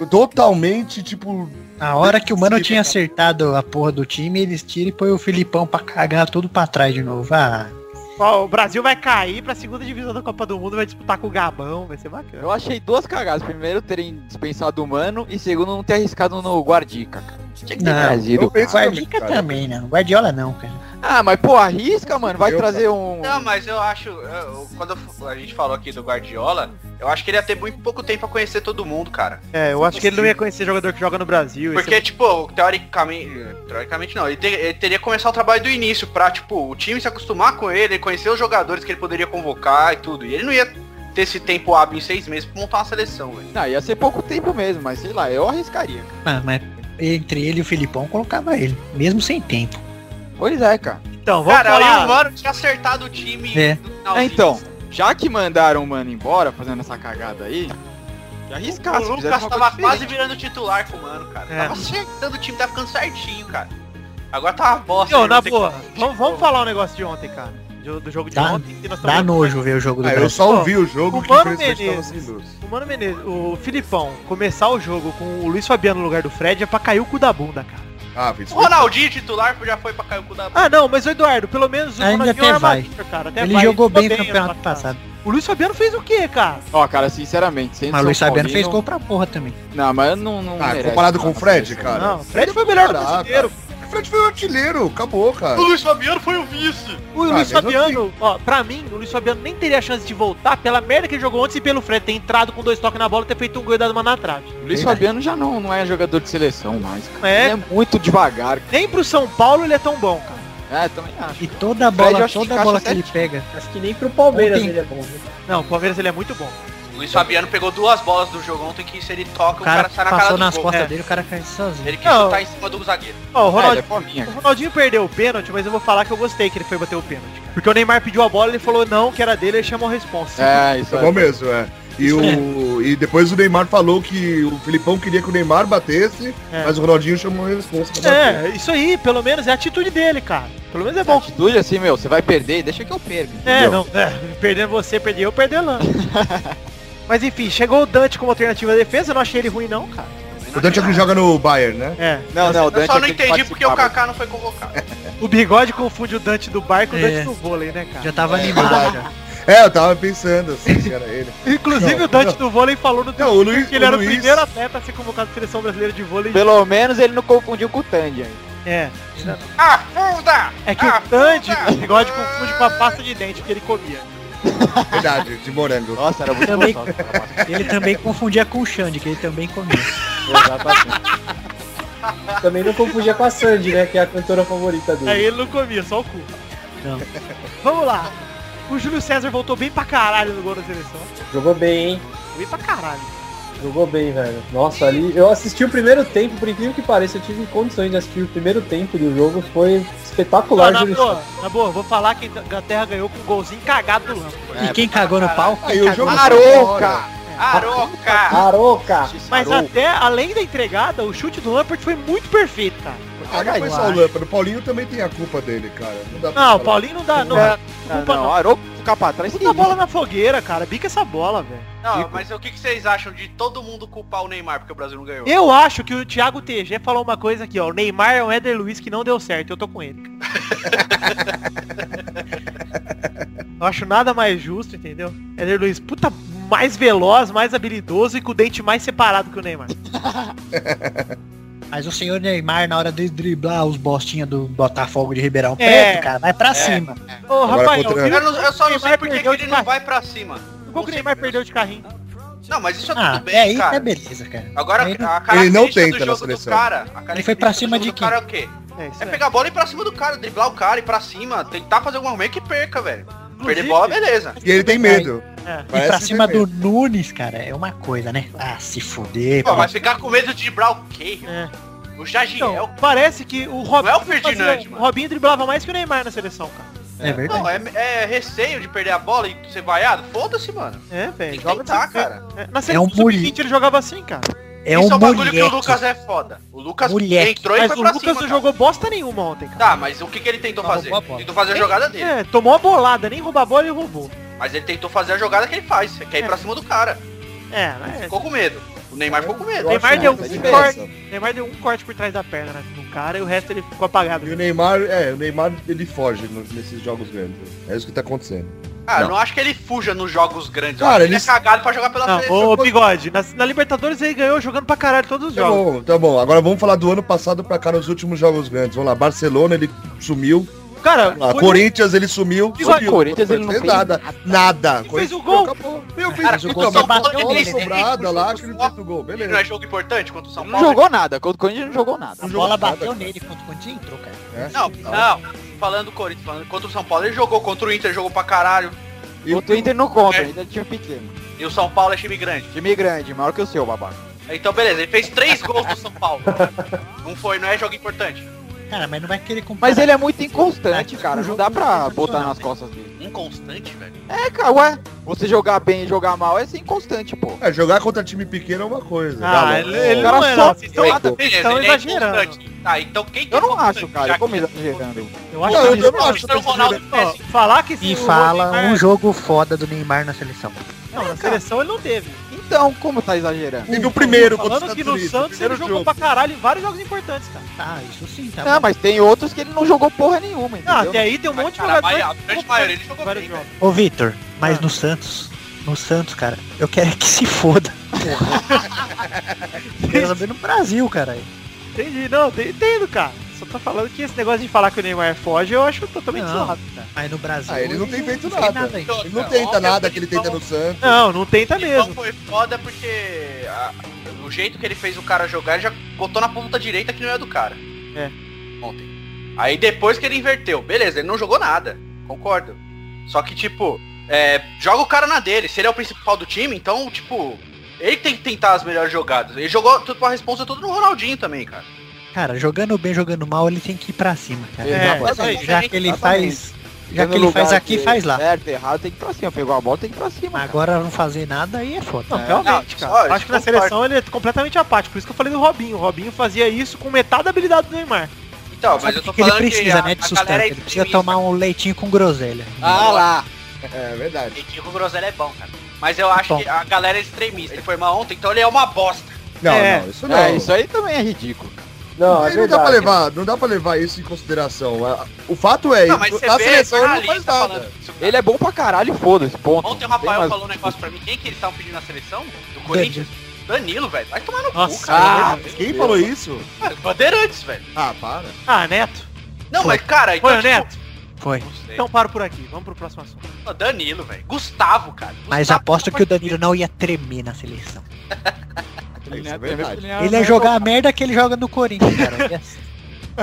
Speaker 5: Totalmente, tipo,
Speaker 7: A hora que o mano tinha
Speaker 5: tá.
Speaker 7: acertado a porra do time, eles tiram e põe o Filipão pra cagar tudo pra trás de novo. Ah,
Speaker 8: Ó, o Brasil vai cair pra segunda divisão da Copa do Mundo, vai disputar com o Gabão, vai ser bacana.
Speaker 9: eu achei duas cagadas. Primeiro, terem dispensado o Mano e segundo, não ter arriscado no Guardica, cara. Tinha que ter
Speaker 7: Não,
Speaker 9: trazido,
Speaker 5: eu penso-
Speaker 9: cara.
Speaker 7: Guardica
Speaker 5: cara.
Speaker 7: também, não. Guardiola não, cara.
Speaker 9: Ah, mas pô, arrisca, mano. Vai
Speaker 5: Eu-
Speaker 9: trazer um...
Speaker 4: Não, mas eu acho, eu- quando eu- a gente falou aqui do Guardiola, eu acho que ele ia ter muito pouco tempo pra conhecer todo mundo, cara.
Speaker 8: É, eu acho que ele não ia conhecer jogador que joga no Brasil. esse
Speaker 4: Porque, tipo, teoricamente, teoricamente não, ele, te- ele teria que começar o trabalho do início, pra, tipo, o time se acostumar com ele, ele conhecer os jogadores que ele poderia convocar e tudo. E ele não ia ter esse tempo hábil em seis meses pra montar uma seleção, velho.
Speaker 9: Não, ia ser pouco tempo mesmo, mas sei lá, eu arriscaria. cara.
Speaker 7: Ah, mas entre ele e o Filipão colocava ele, mesmo sem tempo.
Speaker 9: Pois é, cara.
Speaker 8: Então, vamos
Speaker 4: Cara,
Speaker 8: falar.
Speaker 4: e o Mano tinha acertado o time
Speaker 7: É.
Speaker 4: no
Speaker 9: É,
Speaker 4: finalzinho.
Speaker 9: então, já que mandaram o Mano embora, fazendo essa cagada aí, já
Speaker 4: O
Speaker 9: arriscasse. fizesse
Speaker 4: Lucas
Speaker 9: uma
Speaker 4: tava
Speaker 9: coisa
Speaker 4: quase
Speaker 9: diferente.
Speaker 4: virando titular com o Mano, cara.
Speaker 8: É.
Speaker 4: Tava acertando o time, tava ficando certinho, cara. Agora tá uma bosta.
Speaker 8: Ô,
Speaker 4: ele
Speaker 8: na
Speaker 4: vai ter que-
Speaker 8: boa, vamos, vamos falar um negócio de ontem, cara. Do, do jogo de
Speaker 7: Dá-
Speaker 8: ontem. que nós
Speaker 7: Dá
Speaker 8: tamo-
Speaker 7: nojo ver o jogo do
Speaker 5: Ah, eu
Speaker 7: Brasil.
Speaker 5: só ouvi o jogo
Speaker 8: O
Speaker 5: que
Speaker 8: Mano
Speaker 5: infelizmente tava
Speaker 8: Menezes.
Speaker 5: sem luz.
Speaker 8: O Mano Menezes, o Filipão, começar o jogo com o Luiz Fabiano no lugar do Fred é pra cair o cu da bunda, cara.
Speaker 5: Ah, fez
Speaker 4: O Ronaldinho titular já foi pra cair o cu da
Speaker 8: Ah, não, mas o Eduardo, pelo menos o
Speaker 7: Ainda
Speaker 8: Ronaldinho
Speaker 7: até
Speaker 8: era
Speaker 7: vai.
Speaker 8: maduro, cara. Até
Speaker 7: Ele
Speaker 8: vai,
Speaker 7: jogou bem né? no
Speaker 8: ano
Speaker 7: campeonato passado.
Speaker 8: O Luiz Fabiano fez o quê, cara?
Speaker 9: Ó, cara, sinceramente, sem
Speaker 7: Mas o
Speaker 9: São
Speaker 7: Luiz Fabiano
Speaker 9: Paulino-
Speaker 7: fez gol pra porra também.
Speaker 9: Não, mas eu não. não
Speaker 5: Ah,
Speaker 9: merece,
Speaker 5: comparado com o
Speaker 9: não,
Speaker 5: Fred,
Speaker 9: não.
Speaker 5: cara.
Speaker 8: Não, o Fred foi o melhor do
Speaker 5: Caraca.
Speaker 8: brasileiro.
Speaker 5: O Fred foi o artilheiro, acabou, cara.
Speaker 4: O Luiz Fabiano foi o vice.
Speaker 8: O
Speaker 5: Ah,
Speaker 8: Luiz
Speaker 5: mesmo
Speaker 8: Fabiano, ó, pra mim, o Luiz Fabiano nem teria a chance de voltar pela merda que ele jogou ontem e pelo Fred ter entrado com dois toques na bola e ter feito um gol e dado uma na trave.
Speaker 9: O Luiz Fabiano já não, não é jogador de seleção mais, cara.
Speaker 8: É.
Speaker 9: Ele é muito devagar.
Speaker 8: Nem pro São Paulo ele é tão bom, cara.
Speaker 9: É, também acho.
Speaker 7: E toda a
Speaker 9: Fred, eu
Speaker 7: bola,
Speaker 9: acho que
Speaker 7: toda a
Speaker 9: encaixa
Speaker 7: bola que ele
Speaker 9: certinho.
Speaker 7: pega.
Speaker 3: Acho que nem pro Palmeiras
Speaker 7: Ontem-
Speaker 3: ele é bom. viu?
Speaker 8: Não, o Palmeiras ele é muito bom.
Speaker 4: O Luiz Fabiano pegou duas bolas do jogo ontem que se ele toca,
Speaker 7: O cara,
Speaker 4: sai na cara
Speaker 7: passou
Speaker 4: do
Speaker 7: nas
Speaker 4: gol.
Speaker 7: costas
Speaker 8: é.
Speaker 7: dele, o cara cai sozinho.
Speaker 4: Ele quis
Speaker 8: Não.
Speaker 4: chutar em cima do zagueiro.
Speaker 8: Ó, o
Speaker 9: É, ele
Speaker 8: Ronaldinho,
Speaker 9: é fominha.
Speaker 8: o Ronaldinho perdeu o pênalti, mas eu vou falar que eu gostei que ele foi bater o pênalti. cara. Porque o Neymar pediu a bola, ele falou não, que era dele, ele chamou a responsa.
Speaker 9: É, isso
Speaker 5: Tá bom
Speaker 9: é.
Speaker 5: mesmo, é. E, o, e depois o Neymar falou que o Filipão queria que o Neymar batesse,
Speaker 8: É.
Speaker 5: mas o Ronaldinho chamou a resposta pra bater.
Speaker 8: É, isso aí, pelo menos é a atitude dele, cara. Pelo menos é
Speaker 9: Essa
Speaker 8: bom.
Speaker 9: atitude assim, meu, você vai perder, deixa que eu perca.
Speaker 8: É,
Speaker 9: entendeu?
Speaker 8: não, é, perdendo você, perdi eu, perdi Lando. Mas enfim, chegou o Dante como alternativa à defesa, eu não achei ele ruim não, cara.
Speaker 5: O Dante é que joga no Bayern, né?
Speaker 8: É.
Speaker 9: Não, não, o
Speaker 4: Eu
Speaker 9: Dante
Speaker 4: só
Speaker 9: é
Speaker 4: não
Speaker 9: que
Speaker 4: entendi porque o
Speaker 9: participava.
Speaker 4: Kaká não foi convocado.
Speaker 8: O bigode confunde o Dante do bar com o
Speaker 7: É.
Speaker 8: Dante do vôlei, né, cara?
Speaker 7: Já tava animado já.
Speaker 5: É, eu tava pensando assim que era ele.
Speaker 8: Inclusive
Speaker 5: Não,
Speaker 8: o Dante
Speaker 5: não.
Speaker 8: do vôlei falou no
Speaker 5: Não, o Luiz-
Speaker 8: que ele
Speaker 5: o
Speaker 8: era o
Speaker 5: Luiz-
Speaker 8: primeiro atleta a ser convocado à seleção brasileira de vôlei.
Speaker 9: Pelo menos ele não confundiu com o Tandy. aí.
Speaker 8: É.
Speaker 4: Ah, Afunda!
Speaker 8: É que
Speaker 4: Ah,
Speaker 8: o Dante,
Speaker 4: puta!
Speaker 8: o bigode confunde com a pasta de dente que ele comia.
Speaker 5: Verdade, de morango.
Speaker 9: Nossa, era muito
Speaker 7: Também-
Speaker 9: gostoso. aquela massa.
Speaker 7: Ele também confundia com o Xande, que ele também comia.
Speaker 9: Exatamente.
Speaker 3: Também não confundia com a Sandy, né? Que é a cantora favorita
Speaker 8: Aí
Speaker 3: dele.
Speaker 8: ele não comia, só o cu.
Speaker 7: Não.
Speaker 8: Vamos lá. O Júlio César voltou bem pra caralho no gol da seleção.
Speaker 3: Jogou bem, hein?
Speaker 8: Bem pra caralho.
Speaker 3: Jogou bem, velho. Nossa, ali. Eu assisti o primeiro tempo, por incrível que pareça, eu tive condições de assistir o primeiro tempo do jogo. Foi espetacular,
Speaker 7: é
Speaker 8: Não, na
Speaker 3: Júlio
Speaker 8: boa, na boa, vou falar que a Terra ganhou com um golzinho cagado do Lampo.
Speaker 7: E quem cagou no pau?
Speaker 5: Aí o jogo
Speaker 9: Aroca!
Speaker 4: Aroca!
Speaker 3: Aroca!
Speaker 8: Mas
Speaker 9: Arou-
Speaker 8: até, além da entregada, o chute do Lampard foi muito perfeito, cara.
Speaker 5: Ah, não foi só o
Speaker 7: Cagado.
Speaker 5: Lampard, o Paulinho também tem a culpa dele, cara. Não dá pra
Speaker 8: Não, o
Speaker 5: falar.
Speaker 8: Paulinho não dá, não.
Speaker 7: É.
Speaker 9: Não,
Speaker 8: Desculpa, não.
Speaker 9: não, Aroca ficar pra trás. que
Speaker 8: Puta bola
Speaker 9: isso?
Speaker 8: na fogueira, cara. Bica essa bola, velho.
Speaker 4: Não, mas o que, que vocês acham de todo mundo culpar o Neymar porque o Brasil não ganhou?
Speaker 8: Eu acho que o Thiago TG falou uma coisa aqui, ó. O Neymar é um Éder Luiz que não deu certo. Eu tô com ele. não acho nada mais justo, entendeu? Éder Luiz, puta, mais veloz, mais habilidoso e com o dente mais separado que o Neymar.
Speaker 7: Mas o senhor Neymar, na hora de driblar os bostinha do Botafogo de Ribeirão
Speaker 8: É.
Speaker 7: Preto, cara, vai pra cima.
Speaker 4: Tá
Speaker 8: Ô,
Speaker 5: Agora
Speaker 8: Rafael,
Speaker 5: contra-
Speaker 8: viu
Speaker 4: Eu, não- eu só não sei
Speaker 8: Neymar
Speaker 4: porque que
Speaker 8: perdeu de
Speaker 4: ele não
Speaker 8: carrinho.
Speaker 4: vai pra cima.
Speaker 8: o gol que o Neymar perdeu de carrinho.
Speaker 4: Não, mas isso é
Speaker 7: Ah,
Speaker 4: tudo
Speaker 7: é
Speaker 4: bem,
Speaker 7: aí
Speaker 4: cara.
Speaker 7: é beleza, cara.
Speaker 4: Agora,
Speaker 7: Ele-
Speaker 4: a
Speaker 5: ele não
Speaker 4: característica
Speaker 5: tenta na
Speaker 4: do jogo do
Speaker 5: seleção.
Speaker 4: cara... a
Speaker 7: Ele foi pra
Speaker 4: característica
Speaker 7: cima
Speaker 4: do
Speaker 7: de
Speaker 4: jogo do
Speaker 7: quem?
Speaker 4: cara é o quê?
Speaker 8: É, isso
Speaker 4: É
Speaker 8: aí.
Speaker 4: pegar a bola e ir pra cima do cara, driblar o cara, ir pra cima, tentar fazer algum momento que perca, velho. Perder
Speaker 8: Inclusive-
Speaker 4: bola, beleza.
Speaker 5: E ele tem medo.
Speaker 8: É.
Speaker 7: E pra
Speaker 5: Parece
Speaker 7: cima
Speaker 5: ter medo.
Speaker 7: do Nunes, cara, é uma coisa, né? Ah, se fuder,
Speaker 4: Pô,
Speaker 7: pô.
Speaker 4: mas ficar com medo de driblar o quê? O Jagiel.
Speaker 8: Então, parece que o
Speaker 4: Não
Speaker 8: Robinho,
Speaker 4: é o Ferdinand,
Speaker 8: fazia-
Speaker 4: mano.
Speaker 8: o Robinho driblava mais que o Neymar na seleção, cara.
Speaker 7: É verdade.
Speaker 4: Não, é, é receio de perder a bola e ser vaiado? Foda-se, mano.
Speaker 8: É,
Speaker 4: Tem
Speaker 8: velho.
Speaker 4: que
Speaker 8: joga
Speaker 4: tentar,
Speaker 8: desse-
Speaker 4: Tá, cara.
Speaker 8: É, na seleção
Speaker 7: um
Speaker 8: sub-20
Speaker 7: Murilo.
Speaker 8: ele jogava assim, cara.
Speaker 7: É
Speaker 4: Isso é
Speaker 7: um
Speaker 4: um bagulho que o
Speaker 7: mulher.
Speaker 4: Lucas é foda. O Lucas
Speaker 7: Moleque.
Speaker 4: entrou e
Speaker 8: Mas
Speaker 4: foi
Speaker 8: o
Speaker 4: pra
Speaker 8: Lucas
Speaker 4: cima.
Speaker 8: não
Speaker 4: cara.
Speaker 8: jogou bosta nenhuma ontem, cara.
Speaker 4: Tá, mas o que, que ele tentou
Speaker 7: Só
Speaker 4: fazer?
Speaker 7: roubou a bola.
Speaker 4: Tentou fazer a jogada dele.
Speaker 8: É, tomou uma bolada, nem roubar a bola ele roubou.
Speaker 4: Mas ele tentou fazer a jogada que ele faz. Que é ir pra cima do cara.
Speaker 8: É, né?
Speaker 4: Ficou com medo. O Neymar ficou com medo.
Speaker 8: O Neymar
Speaker 9: que
Speaker 8: deu,
Speaker 9: não,
Speaker 8: um
Speaker 9: tá de
Speaker 8: corte, o Neymar deu um corte por trás da perna né, no cara e o resto ele ficou apagado.
Speaker 5: E o Neymar, é, o Neymar ele foge no- nesses jogos grandes. É isso que tá acontecendo.
Speaker 4: Cara, eu Ah, não acho que ele fuja nos jogos grandes. Eu
Speaker 5: Cara,
Speaker 4: acho que ele
Speaker 5: ele-
Speaker 4: é cagado pra jogar pela
Speaker 8: Não,
Speaker 4: seleção.
Speaker 8: ô Bigode, na, na Libertadores ele ganhou jogando pra caralho todos os
Speaker 5: Tá
Speaker 8: jogos.
Speaker 5: bom, tá bom. Agora vamos falar do ano passado pra cá nos últimos jogos grandes. Vamos lá, Barcelona ele sumiu.
Speaker 8: Cara,
Speaker 5: Ah,
Speaker 8: foi-
Speaker 5: Corinthians ele sumiu.
Speaker 8: Igual-
Speaker 5: sumiu.
Speaker 9: Corinthians, ele não
Speaker 5: fez
Speaker 9: fez
Speaker 5: nada. Nada.
Speaker 8: Ele fez
Speaker 5: Corinthians
Speaker 8: o gol.
Speaker 5: Acabou. Meu, fez
Speaker 4: Cara,
Speaker 5: o
Speaker 4: contra
Speaker 5: gol.
Speaker 4: o São
Speaker 5: Uma
Speaker 4: Paulo, ele
Speaker 5: bola
Speaker 4: fez-
Speaker 5: sobrada lá que ele
Speaker 4: Só-
Speaker 5: fez o gol.
Speaker 4: Não é
Speaker 5: Beleza.
Speaker 4: jogo importante contra o São
Speaker 9: Ele não
Speaker 4: Paulo.
Speaker 9: jogou nada, contra o Corinthians ele não jogou nada.
Speaker 7: A
Speaker 5: Não
Speaker 7: bola
Speaker 5: jogou nada,
Speaker 7: bateu
Speaker 5: cara.
Speaker 7: nele quando o Corinthians entrou, cara.
Speaker 5: É.
Speaker 4: Não, não. Falando do Corinthians, falando contra o São Paulo, ele jogou contra o Inter, jogou pra caralho.
Speaker 5: E
Speaker 9: Contra o Inter não conta,
Speaker 4: É.
Speaker 9: ainda é time pequeno.
Speaker 4: E o São Paulo é time grande.
Speaker 9: Time grande, maior que o seu, babaca.
Speaker 4: Então, beleza, ele fez três gols do São Paulo. Não foi, não é jogo importante.
Speaker 7: Cara, mas não vai querer comprar.
Speaker 9: Mas ele é muito inconstante,
Speaker 7: É,
Speaker 9: cara.
Speaker 7: o
Speaker 9: Não
Speaker 7: jogo
Speaker 9: dá pra
Speaker 7: não
Speaker 9: botar
Speaker 7: funciona,
Speaker 9: nas
Speaker 7: né?
Speaker 9: costas dele.
Speaker 4: Inconstante, Um velho.
Speaker 9: É, cara, ué. Você jogar bem e jogar mal é ser inconstante, pô.
Speaker 5: É, jogar contra time pequeno é uma coisa.
Speaker 8: Ah,
Speaker 5: Galo.
Speaker 8: ele, ele
Speaker 9: o
Speaker 8: não
Speaker 9: cara
Speaker 8: é,
Speaker 9: só-
Speaker 8: não. Vocês estão,
Speaker 5: Ei,
Speaker 8: vocês estão
Speaker 4: ele é
Speaker 8: exagerando.
Speaker 4: inconstante. Tá, então quem que
Speaker 9: Eu
Speaker 4: é
Speaker 9: não
Speaker 4: inconstante,
Speaker 9: acho,
Speaker 4: já
Speaker 9: cara.
Speaker 4: que-
Speaker 9: Como ele tá gerando?
Speaker 8: Eu acho
Speaker 5: Não,
Speaker 8: que
Speaker 5: eu não
Speaker 4: O
Speaker 5: acho
Speaker 4: Cristiano Ronaldo
Speaker 8: Ó,
Speaker 4: merece.
Speaker 8: falar é que esse
Speaker 7: E fala
Speaker 8: Neymar-
Speaker 7: um jogo foda do Neymar na seleção.
Speaker 8: Não, na seleção ele não teve. Em
Speaker 9: Então, como tá exagerando?
Speaker 5: E no primeiro,
Speaker 8: Falando
Speaker 5: contra os
Speaker 8: que
Speaker 5: Estados
Speaker 8: no
Speaker 5: Unidos,
Speaker 8: Santos ele
Speaker 5: primeiro
Speaker 8: jogou
Speaker 5: jogo.
Speaker 8: pra caralho em vários jogos importantes, cara.
Speaker 7: Tá, isso sim, tá
Speaker 9: Ah,
Speaker 7: bom.
Speaker 9: mas tem outros que ele não jogou porra nenhuma,
Speaker 8: Ah,
Speaker 9: entendeu?
Speaker 8: até aí tem um monte de
Speaker 4: Cara,
Speaker 8: jogadores.
Speaker 4: mas a grande maioria ele jogou
Speaker 8: vários
Speaker 4: bem,
Speaker 8: jogos.
Speaker 7: Ô, Vitor,
Speaker 5: Ah.
Speaker 7: mas no Santos, no Santos, cara, eu quero é que se foda. Porra. Quero saber no Brasil, cara.
Speaker 8: Entendi, não, te- entendo, cara. Só tô falando que esse negócio de falar que o Neymar é foge, eu acho totalmente
Speaker 7: Não.
Speaker 8: zoado, cara.
Speaker 7: Mas no Brasil.
Speaker 5: Ah, ele não tem feito
Speaker 7: tem
Speaker 5: nada.
Speaker 7: ainda.
Speaker 5: Ele não tenta nada que ele tenta no Santos.
Speaker 8: Não, não tenta
Speaker 4: Então
Speaker 8: mesmo.
Speaker 4: foi foda porque a- o jeito que ele fez o cara jogar, ele já botou na ponta direita que não é do cara.
Speaker 8: É.
Speaker 4: Ontem. Aí depois que ele inverteu, beleza, ele não jogou nada, concordo. Só que, tipo, é, joga o cara na dele. Se ele é o principal do time, então, tipo, ele tem que tentar as melhores jogadas. Ele jogou tudo pra responsa tudo no Ronaldinho também, cara.
Speaker 7: Cara, jogando bem, jogando mal, ele tem que ir pra cima, cara.
Speaker 9: É,
Speaker 4: exatamente.
Speaker 7: já que ele faz. Já
Speaker 9: Tendo
Speaker 7: que ele faz
Speaker 9: lugar
Speaker 7: aqui,
Speaker 9: que
Speaker 7: faz lá.
Speaker 9: Certo, errado, tem que ir pra cima. Pegou a bola, tem que ir pra cima. cara.
Speaker 7: Agora não fazer nada aí é foda.
Speaker 8: Não, realmente,
Speaker 4: Não,
Speaker 8: cara.
Speaker 4: isso-
Speaker 8: acho que na
Speaker 4: isso
Speaker 8: seleção ele é completamente apático. Por isso que eu falei do Robinho. O Robinho fazia isso com metade da habilidade do Neymar.
Speaker 4: Então, mas
Speaker 7: Sabe
Speaker 4: eu
Speaker 7: o
Speaker 4: tô
Speaker 7: que, que ele
Speaker 4: falando que
Speaker 7: precisa,
Speaker 4: a,
Speaker 7: né,
Speaker 4: a
Speaker 7: de sustento?
Speaker 4: galera é
Speaker 7: Ele precisa
Speaker 4: extremista.
Speaker 7: tomar um leitinho com groselha.
Speaker 9: Ah lá.
Speaker 5: É verdade.
Speaker 4: E que o groselha é bom, cara. Mas eu acho
Speaker 7: Bom.
Speaker 4: que a galera é extremista. Ele foi mal ontem, então ele é uma bosta.
Speaker 5: Não,
Speaker 8: É.
Speaker 5: não, isso não.
Speaker 9: É, isso aí também é ridículo. cara.
Speaker 3: Não, é
Speaker 5: Aí não dá pra
Speaker 3: verdade.
Speaker 5: levar, não dá pra levar isso em consideração. A- O fato é,
Speaker 4: Não, mas você
Speaker 5: na
Speaker 4: vê,
Speaker 5: seleção ele não
Speaker 4: jornalista
Speaker 5: faz nada.
Speaker 4: tá falando isso, cara.
Speaker 9: Ele é bom pra caralho, foda-se, ponto.
Speaker 4: Ontem
Speaker 9: Tem
Speaker 4: o Rafael
Speaker 9: mais-
Speaker 4: falou um negócio pra mim. Quem que eles estavam pedindo na seleção? Do Corinthians? Danilo, velho. Vai tomar no cu,
Speaker 8: Nossa,
Speaker 4: cara.
Speaker 8: ah,
Speaker 5: Quem falou isso?
Speaker 4: Ah, Bandeirantes, velho.
Speaker 5: Ah, para.
Speaker 8: Ah, Neto.
Speaker 4: Não, mas cara, então,
Speaker 8: Foi o
Speaker 4: tipo,
Speaker 8: Neto.
Speaker 7: Foi.
Speaker 4: não sei.
Speaker 8: Então paro por aqui. Vamos pro próximo assunto.
Speaker 4: Não, Danilo, velho. Gustavo, cara.
Speaker 5: Tá,
Speaker 7: Mas
Speaker 4: Gustavo-
Speaker 7: aposto que o Danilo não ia tremer na seleção.
Speaker 5: Isso é verdade.
Speaker 7: Ele ia jogar a merda que ele joga no Corinthians, cara. Ia ser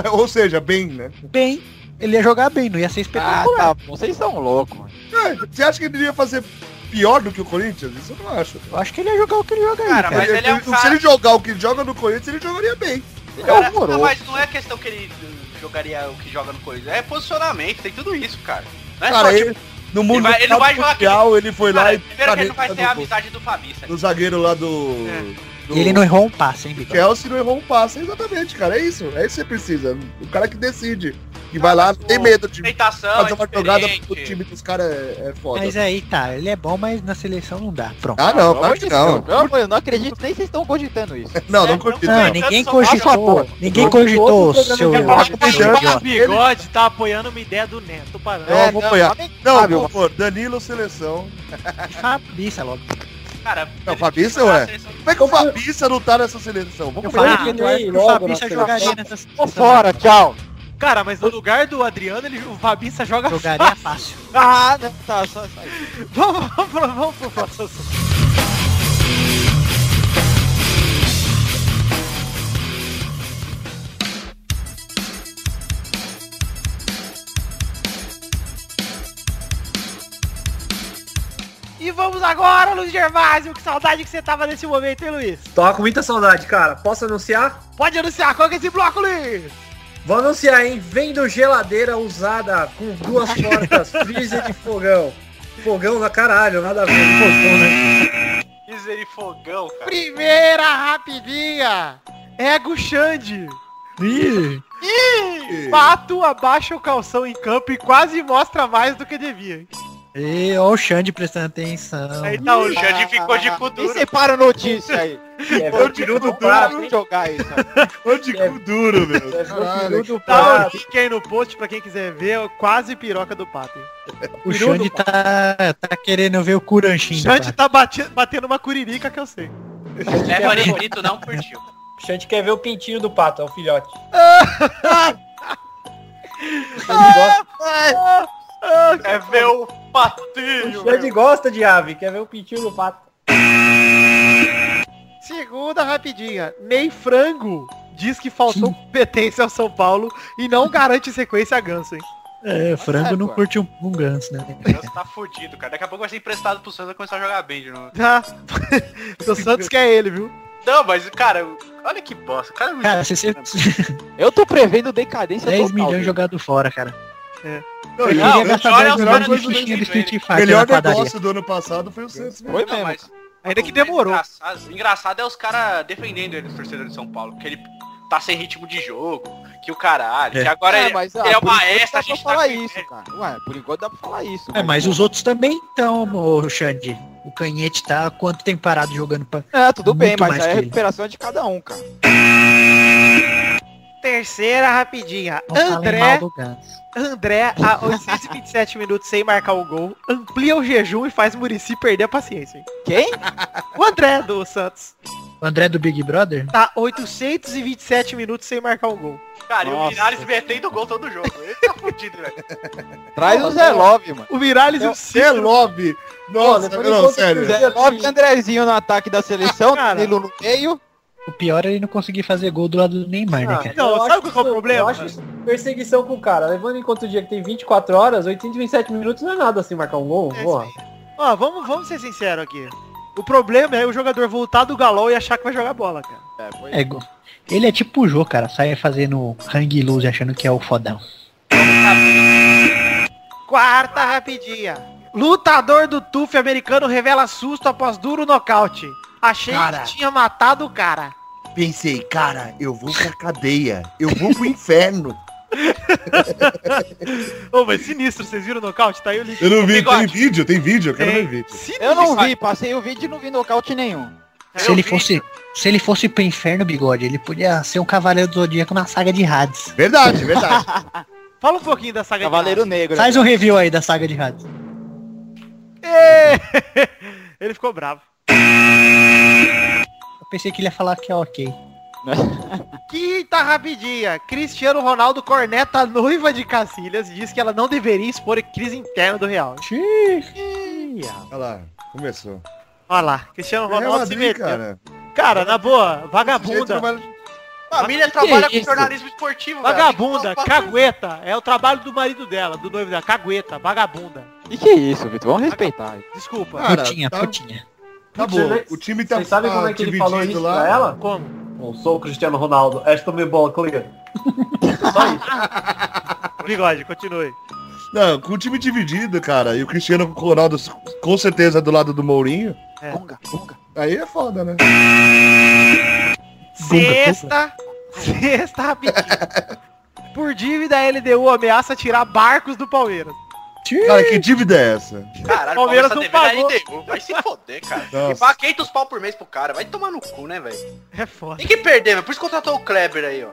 Speaker 7: é.
Speaker 5: Ou seja, bem, né?
Speaker 7: bem. Ele ia jogar bem, não ia
Speaker 9: Ah,
Speaker 7: ser espetacular.
Speaker 9: tá. bom, Vocês são loucos. mano.
Speaker 5: É, Você acha que ele ia fazer pior do que o Corinthians? Isso eu não acho.
Speaker 7: Eu acho que ele ia jogar o que ele joga aí.
Speaker 4: Cara,
Speaker 7: Cara,
Speaker 4: mas ele é um
Speaker 5: Se
Speaker 4: cara... um
Speaker 5: ele jogar o que joga no Corinthians, ele jogaria bem.
Speaker 9: Ele é
Speaker 4: cara não,
Speaker 9: horroroso.
Speaker 4: mas não é questão que ele uh, jogaria o que joga no Corinthians. É posicionamento, tem tudo isso, cara. Não é
Speaker 5: Cara,
Speaker 4: só, tipo,
Speaker 5: ele, no mundo
Speaker 4: vai- ele não vai jogar
Speaker 5: mundial, ele foi lá
Speaker 4: cara,
Speaker 5: e tá
Speaker 4: primeiro que ele não vai ter a É, então.
Speaker 5: caneta do,
Speaker 4: amizade do Fabiça.
Speaker 5: do zagueiro lá do... Ah, do
Speaker 7: E ele não errou um passe, hein, Vitor?
Speaker 5: Chelsea não errou um passe. Exatamente, cara. É isso. É isso que você precisa. O cara que decide. Que vai lá, tem medo de
Speaker 4: Tentação,
Speaker 5: fazer
Speaker 4: é
Speaker 5: uma jogada pro
Speaker 4: diferente.
Speaker 5: time dos caras é, é foda.
Speaker 7: Mas aí tá, ele é bom, mas na seleção não dá. Pronto.
Speaker 5: Ah, não, claro que não.
Speaker 9: Pelo amor de Deus, Eu não acredito nem vocês estão cogitando isso.
Speaker 5: Não, não
Speaker 4: É, Não,
Speaker 5: curti.
Speaker 7: Não,
Speaker 5: Não,
Speaker 7: ninguém
Speaker 4: só
Speaker 7: cogitou.
Speaker 9: basta-
Speaker 7: Ninguém
Speaker 5: Ah, Todo
Speaker 7: cogitou,
Speaker 5: programa
Speaker 7: seu.
Speaker 5: quer
Speaker 7: seu
Speaker 5: falar com o Jean.
Speaker 7: idiota.
Speaker 8: O bigode tá apoiando uma ideia do Neto. Tô parando.
Speaker 5: Eu vou apoiar.
Speaker 9: mas nem
Speaker 5: não
Speaker 9: cabe
Speaker 5: meu
Speaker 9: uma-
Speaker 5: amor, Danilo seleção.
Speaker 7: Fabiça logo.
Speaker 4: Cara,
Speaker 5: Não,
Speaker 4: ele
Speaker 5: Fabiça,
Speaker 4: jogar
Speaker 5: ué.
Speaker 4: na seleção-
Speaker 5: Como é que o Fabiça não tá nessa seleção?
Speaker 7: Eu
Speaker 5: Vamos
Speaker 7: falei
Speaker 5: falar.
Speaker 8: que
Speaker 7: que
Speaker 8: ele
Speaker 7: Eduardo
Speaker 8: ia
Speaker 7: que o
Speaker 8: logo na
Speaker 7: Fabiça
Speaker 8: seleção.
Speaker 7: jogaria
Speaker 9: Tô
Speaker 7: nessa seleção.
Speaker 9: fora, tchau.
Speaker 8: Cara, mas no lugar do Adriano, ele, o Fabiça joga
Speaker 7: Jogaria fácil.
Speaker 9: Ah, não, tá, só, só isso.
Speaker 8: Vamos, vamos, pro- vamos pro próximo assunto. E vamos agora, Luiz Gervásio. Que saudade que você tava nesse momento, hein, Luiz?
Speaker 11: Tava com muita saudade, cara. Posso anunciar?
Speaker 8: Pode anunciar qual que é esse bloco, Luiz?
Speaker 11: Vou anunciar, hein? Vendo geladeira usada com duas portas, freezer de fogão. Fogão na caralho, nada a ver. Fogão, né?
Speaker 4: Miserifogão, cara.
Speaker 8: Primeira rapidinha. Ego Xande.
Speaker 7: Ih,
Speaker 8: Pato abaixa o calção em campo e quase mostra mais do que devia.
Speaker 7: E ó o Xande prestando atenção.
Speaker 8: Aí tá é o
Speaker 4: O
Speaker 9: Ah,
Speaker 4: Xande ficou é de cu
Speaker 9: E
Speaker 4: duro.
Speaker 9: separa a notícia aí.
Speaker 11: É, foi o peru do prato.
Speaker 9: Para jogar isso. Tá
Speaker 5: Onde cu duro, meu.
Speaker 11: É, foi o peru do
Speaker 8: Tá o
Speaker 11: prato.
Speaker 8: link aí no post pra quem quiser ver, ó, quase piroca do pato. hein?
Speaker 7: O Xande tá, tá querendo ver o Curanchinho.
Speaker 8: Xande tá bate- batendo uma curirica que eu sei.
Speaker 4: Stephanie Brito não curtiu.
Speaker 11: O Xande quer ver o pintinho do pato, é o filhote. Ele gosta-
Speaker 4: É meu
Speaker 11: O
Speaker 4: patinho.
Speaker 11: Xande gosta de ave, quer ver o pintinho do pato.
Speaker 8: Segunda rapidinha. Ney Frango diz que faltou competência ao São Paulo e não garante sequência a Ganso, hein?
Speaker 7: É, frango não
Speaker 9: Ué.
Speaker 7: curte um, um ganso, né?
Speaker 4: Deus tá fudido, cara. Daqui a pouco vai ser emprestado pro Santos e vai começar a jogar bem de novo.
Speaker 8: Tá? o Santos quer ele, viu?
Speaker 4: Não, mas, cara, olha que bosta. Cara, é muito-
Speaker 7: Cara, se você...
Speaker 9: Eu tô prevendo decadência
Speaker 7: 10
Speaker 9: total.
Speaker 7: milhões
Speaker 9: viu?
Speaker 7: jogado fora, cara.
Speaker 5: é Não,
Speaker 7: Eu
Speaker 5: e
Speaker 7: queria
Speaker 5: o
Speaker 7: gastar
Speaker 4: melhor-
Speaker 7: 10 milhões
Speaker 4: melhor
Speaker 7: de fichinha do
Speaker 4: coisa do
Speaker 7: Street
Speaker 5: o
Speaker 7: Fighter na
Speaker 5: melhor
Speaker 7: padaria.
Speaker 5: negócio do ano passado foi o Santos. mesmo.
Speaker 9: Foi
Speaker 4: Não,
Speaker 9: mesmo.
Speaker 4: mas-
Speaker 8: Ainda que
Speaker 4: o
Speaker 8: demorou.
Speaker 4: Engraçado, engraçado é os caras defendendo ele, os torcedores de São Paulo. Porque ele tá sem ritmo de jogo. Que o caralho.
Speaker 7: É.
Speaker 4: Que agora ele,
Speaker 9: mas, ah,
Speaker 4: ele é o
Speaker 9: por enquanto
Speaker 4: maestro, a
Speaker 9: dá
Speaker 4: gente
Speaker 9: pra
Speaker 4: tá
Speaker 9: falar
Speaker 4: com
Speaker 9: isso, cara. Ué, por enquanto dá pra falar isso.
Speaker 7: É, mas os outros também estão, ô Xande. O Canhete tá há quanto tempo parado jogando pra.
Speaker 9: É, tudo bem,
Speaker 7: muito
Speaker 9: mas
Speaker 7: mais
Speaker 9: aí a
Speaker 7: que ele.
Speaker 9: recuperação é de cada um, cara.
Speaker 8: Terceira rapidinha.
Speaker 7: Não falem mal
Speaker 8: André,
Speaker 7: do Ganso.
Speaker 8: André, a 827 minutos sem marcar o gol, amplia o jejum e faz Murici perder a paciência.
Speaker 9: Quem?
Speaker 8: O André do Santos.
Speaker 7: O André do Big Brother?
Speaker 8: Tá 827 minutos sem marcar o gol.
Speaker 4: Cara, e o
Speaker 8: Nossa.
Speaker 4: Linares metendo gol todo jogo. Ele tá fudido, velho.
Speaker 9: Traz o Zé Love, mano.
Speaker 8: O Miralles
Speaker 9: e o
Speaker 5: Zé Love. Nossa, não, sério.
Speaker 9: Zé Love e Andrezinho no ataque da seleção,
Speaker 8: Cara.
Speaker 9: Danilo no meio.
Speaker 7: O pior é ele não conseguir fazer gol do lado do Neymar,
Speaker 3: Ah,
Speaker 7: né, cara?
Speaker 8: Não, sabe qual que é o
Speaker 3: Eu
Speaker 8: problema?
Speaker 3: acho isso perseguição com o cara. Levando em conta o dia que tem 24 horas, 827 minutos não é nada assim marcar um gol. porra.
Speaker 8: Ó, vamos, vamos ser sinceros aqui. O problema é o jogador voltar do galol e achar que vai jogar bola, cara.
Speaker 7: É gol. Ele é tipo o Jô, cara. Sai fazendo hang loose achando que é o fodão.
Speaker 8: Quarta rapidinha. Lutador do Tuf americano revela susto após duro nocaute. Achei
Speaker 5: Cara.
Speaker 8: que tinha matado o cara.
Speaker 5: Pensei, cara, eu vou pra cadeia. Eu vou pro inferno.
Speaker 8: Ô, mas sinistro, vocês viram o nocaute? Tá aí o link.
Speaker 5: Eu não vi, tem
Speaker 8: Bigode.
Speaker 5: vídeo, tem vídeo, eu quero
Speaker 8: Tem.
Speaker 5: ver vídeo.
Speaker 8: Sinistro.
Speaker 9: Eu não vi, passei o vídeo e não vi nocaute nenhum.
Speaker 8: É,
Speaker 7: Se ele fosse. Se ele fosse pro inferno, bigode, ele podia ser um cavaleiro do Zodíaco na saga de Hades.
Speaker 5: Verdade, verdade.
Speaker 8: Fala um pouquinho da saga de
Speaker 9: Cavaleiro Negro.
Speaker 7: Faz um review aí da saga de Hades.
Speaker 8: Ê! Ele ficou bravo.
Speaker 7: Eu pensei que ele ia falar que é ok.
Speaker 8: Quinta tá rapidinha. Cristiano Ronaldo corneta a noiva de Cacilhas e diz que ela não deveria expor a crise interna do Real.
Speaker 5: Olha lá, começou.
Speaker 8: Olha lá, Cristiano
Speaker 5: Real
Speaker 8: Ronaldo se
Speaker 5: Madrid,
Speaker 8: meteu. Cara.
Speaker 5: cara.
Speaker 8: na boa,
Speaker 5: Esse jeito
Speaker 8: vagabunda.
Speaker 5: não vai-
Speaker 4: Família trabalha
Speaker 7: isso?
Speaker 4: com jornalismo esportivo, velho.
Speaker 8: Vagabunda,
Speaker 4: Tem que falar-
Speaker 8: cagueta. É o trabalho do marido dela, do noivo dela. Cagueta, vagabunda.
Speaker 9: E que isso, Vitor? Vamos respeitar.
Speaker 8: Desculpa.
Speaker 5: Cara,
Speaker 7: putinha,
Speaker 5: tá-
Speaker 7: putinha.
Speaker 5: Acabou.
Speaker 3: Vocês-
Speaker 5: O time tá
Speaker 3: né? Vocês sabem como é que ele falou isso pra ela?
Speaker 8: Como?
Speaker 3: Não sou o Cristiano Ronaldo. Esta é minha bola clear.
Speaker 8: Bigode, continue.
Speaker 5: Não, com o time dividido, cara, e o Cristiano Ronaldo com certeza do lado do Mourinho,
Speaker 9: Bunga, bunga.
Speaker 5: aí é foda, né?
Speaker 8: Sexta.
Speaker 4: tá?
Speaker 8: Sexta rapidinho. tá Por dívida, a LDU ameaça tirar barcos do Palmeiras.
Speaker 5: Cara, que dívida é essa?
Speaker 4: Caralho,
Speaker 8: Palmeiras
Speaker 4: Palmeiras
Speaker 8: não
Speaker 4: não pagou.
Speaker 8: pagou.
Speaker 4: Vai se foder, cara.
Speaker 5: Nossa.
Speaker 4: E paga 500 pau por mês pro cara. Vai tomar no cu, né, velho?
Speaker 8: É foda,
Speaker 4: Tem que perder, velho. Por isso contratou o Kleber aí, ó.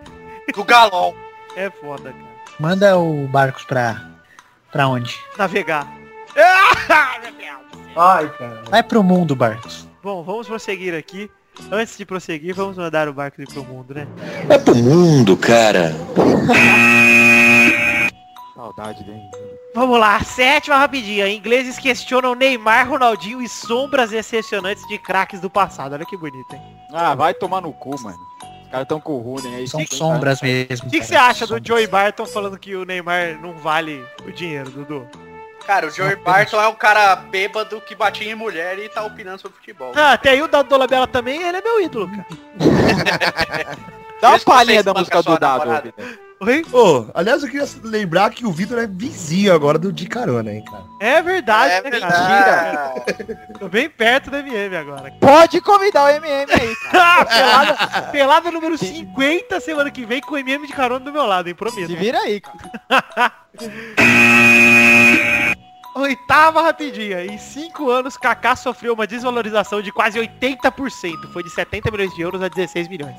Speaker 4: Do Galol.
Speaker 8: é foda, cara.
Speaker 7: Manda o Barcos pra. pra onde?
Speaker 8: Navegar. Ah, meu Deus.
Speaker 3: Ai, cara.
Speaker 7: Vai pro mundo, Barcos.
Speaker 8: Bom, vamos prosseguir aqui. Antes de prosseguir, vamos mandar o barco ir pro mundo, né?
Speaker 9: Saudade dele.
Speaker 8: Vamos lá, sétima rapidinha. Ingleses questionam Neymar, Ronaldinho e sombras excepcionantes de craques do passado. Olha que bonito, hein?
Speaker 9: Ah, vai tomar no cu, mano. Os caras tão com o Rooney aí.
Speaker 7: São
Speaker 9: 50
Speaker 7: sombras mesmo.
Speaker 8: O que que você acha do Joey Barton falando que o Neymar não vale o dinheiro, Dudu?
Speaker 4: Cara, o Joey Barton é um cara bêbado que batia em mulher e tá opinando sobre futebol.
Speaker 8: Ah, até aí o Dado Dolabella também, ele é meu ídolo, cara.
Speaker 9: anos. Dá uma
Speaker 4: Por isso que
Speaker 9: palhinha
Speaker 4: vocês
Speaker 9: da
Speaker 4: bancam
Speaker 9: música do
Speaker 4: sua
Speaker 9: Dado.
Speaker 4: namorada.
Speaker 9: Vitor.
Speaker 8: Oi?
Speaker 5: Ô, aliás, eu queria lembrar que o Vitor é vizinho agora do de carona, hein, cara.
Speaker 8: É verdade,
Speaker 4: é
Speaker 8: né, cara?
Speaker 4: mentira.
Speaker 8: Tô bem perto do MM agora.
Speaker 9: Pode convidar o MM aí, cara.
Speaker 8: Ah, pelada, pelada número 50 semana que vem com o MM de carona do meu lado, hein? Prometo.
Speaker 9: Se vira aí, cara.
Speaker 8: Oitava rapidinha. Em cinco anos, Kaká sofreu uma desvalorização de quase 80%. Foi de 70 milhões de euros a 16 milhões.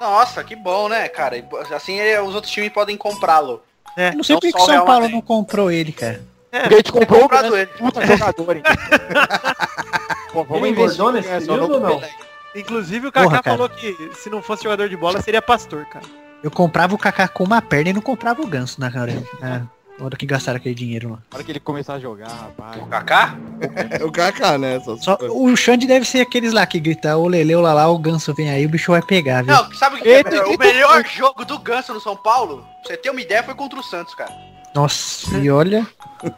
Speaker 4: Nossa, que bom, né, cara? Assim ele- os outros times podem comprá-lo.
Speaker 7: Eu não sei
Speaker 4: Não
Speaker 7: por que
Speaker 4: só
Speaker 7: o
Speaker 4: o
Speaker 7: São
Speaker 4: Real
Speaker 7: Paulo
Speaker 4: Madrid.
Speaker 7: não comprou ele, cara.
Speaker 9: Porque a gente É, comprou o
Speaker 4: comprado
Speaker 9: grande
Speaker 4: ele.
Speaker 9: puta jogador, hein. Pô,
Speaker 3: Ele engordou nesse
Speaker 9: né, só
Speaker 3: período ou não?
Speaker 9: Pelé.
Speaker 8: Inclusive, o Kaká
Speaker 7: Porra, cara.
Speaker 8: falou que se não fosse jogador de bola, seria pastor, cara.
Speaker 7: Eu comprava o Kaká com uma perna e não comprava o ganso na hora, na hora que gastaram aquele dinheiro lá.
Speaker 9: Na hora que ele começar a jogar, rapaz.
Speaker 4: O Kaká?
Speaker 5: É o Kaká, né? Só-
Speaker 7: Só, o Xande deve ser aqueles lá que grita, o Lele, o Lalá, o ganso vem aí, o bicho vai pegar, viu?
Speaker 4: Não, sabe o que é
Speaker 9: Eita,
Speaker 4: melhor? O
Speaker 9: eita.
Speaker 4: melhor jogo do Ganso no São Paulo, pra você ter uma ideia, foi contra o Santos, cara.
Speaker 7: Nossa, e olha.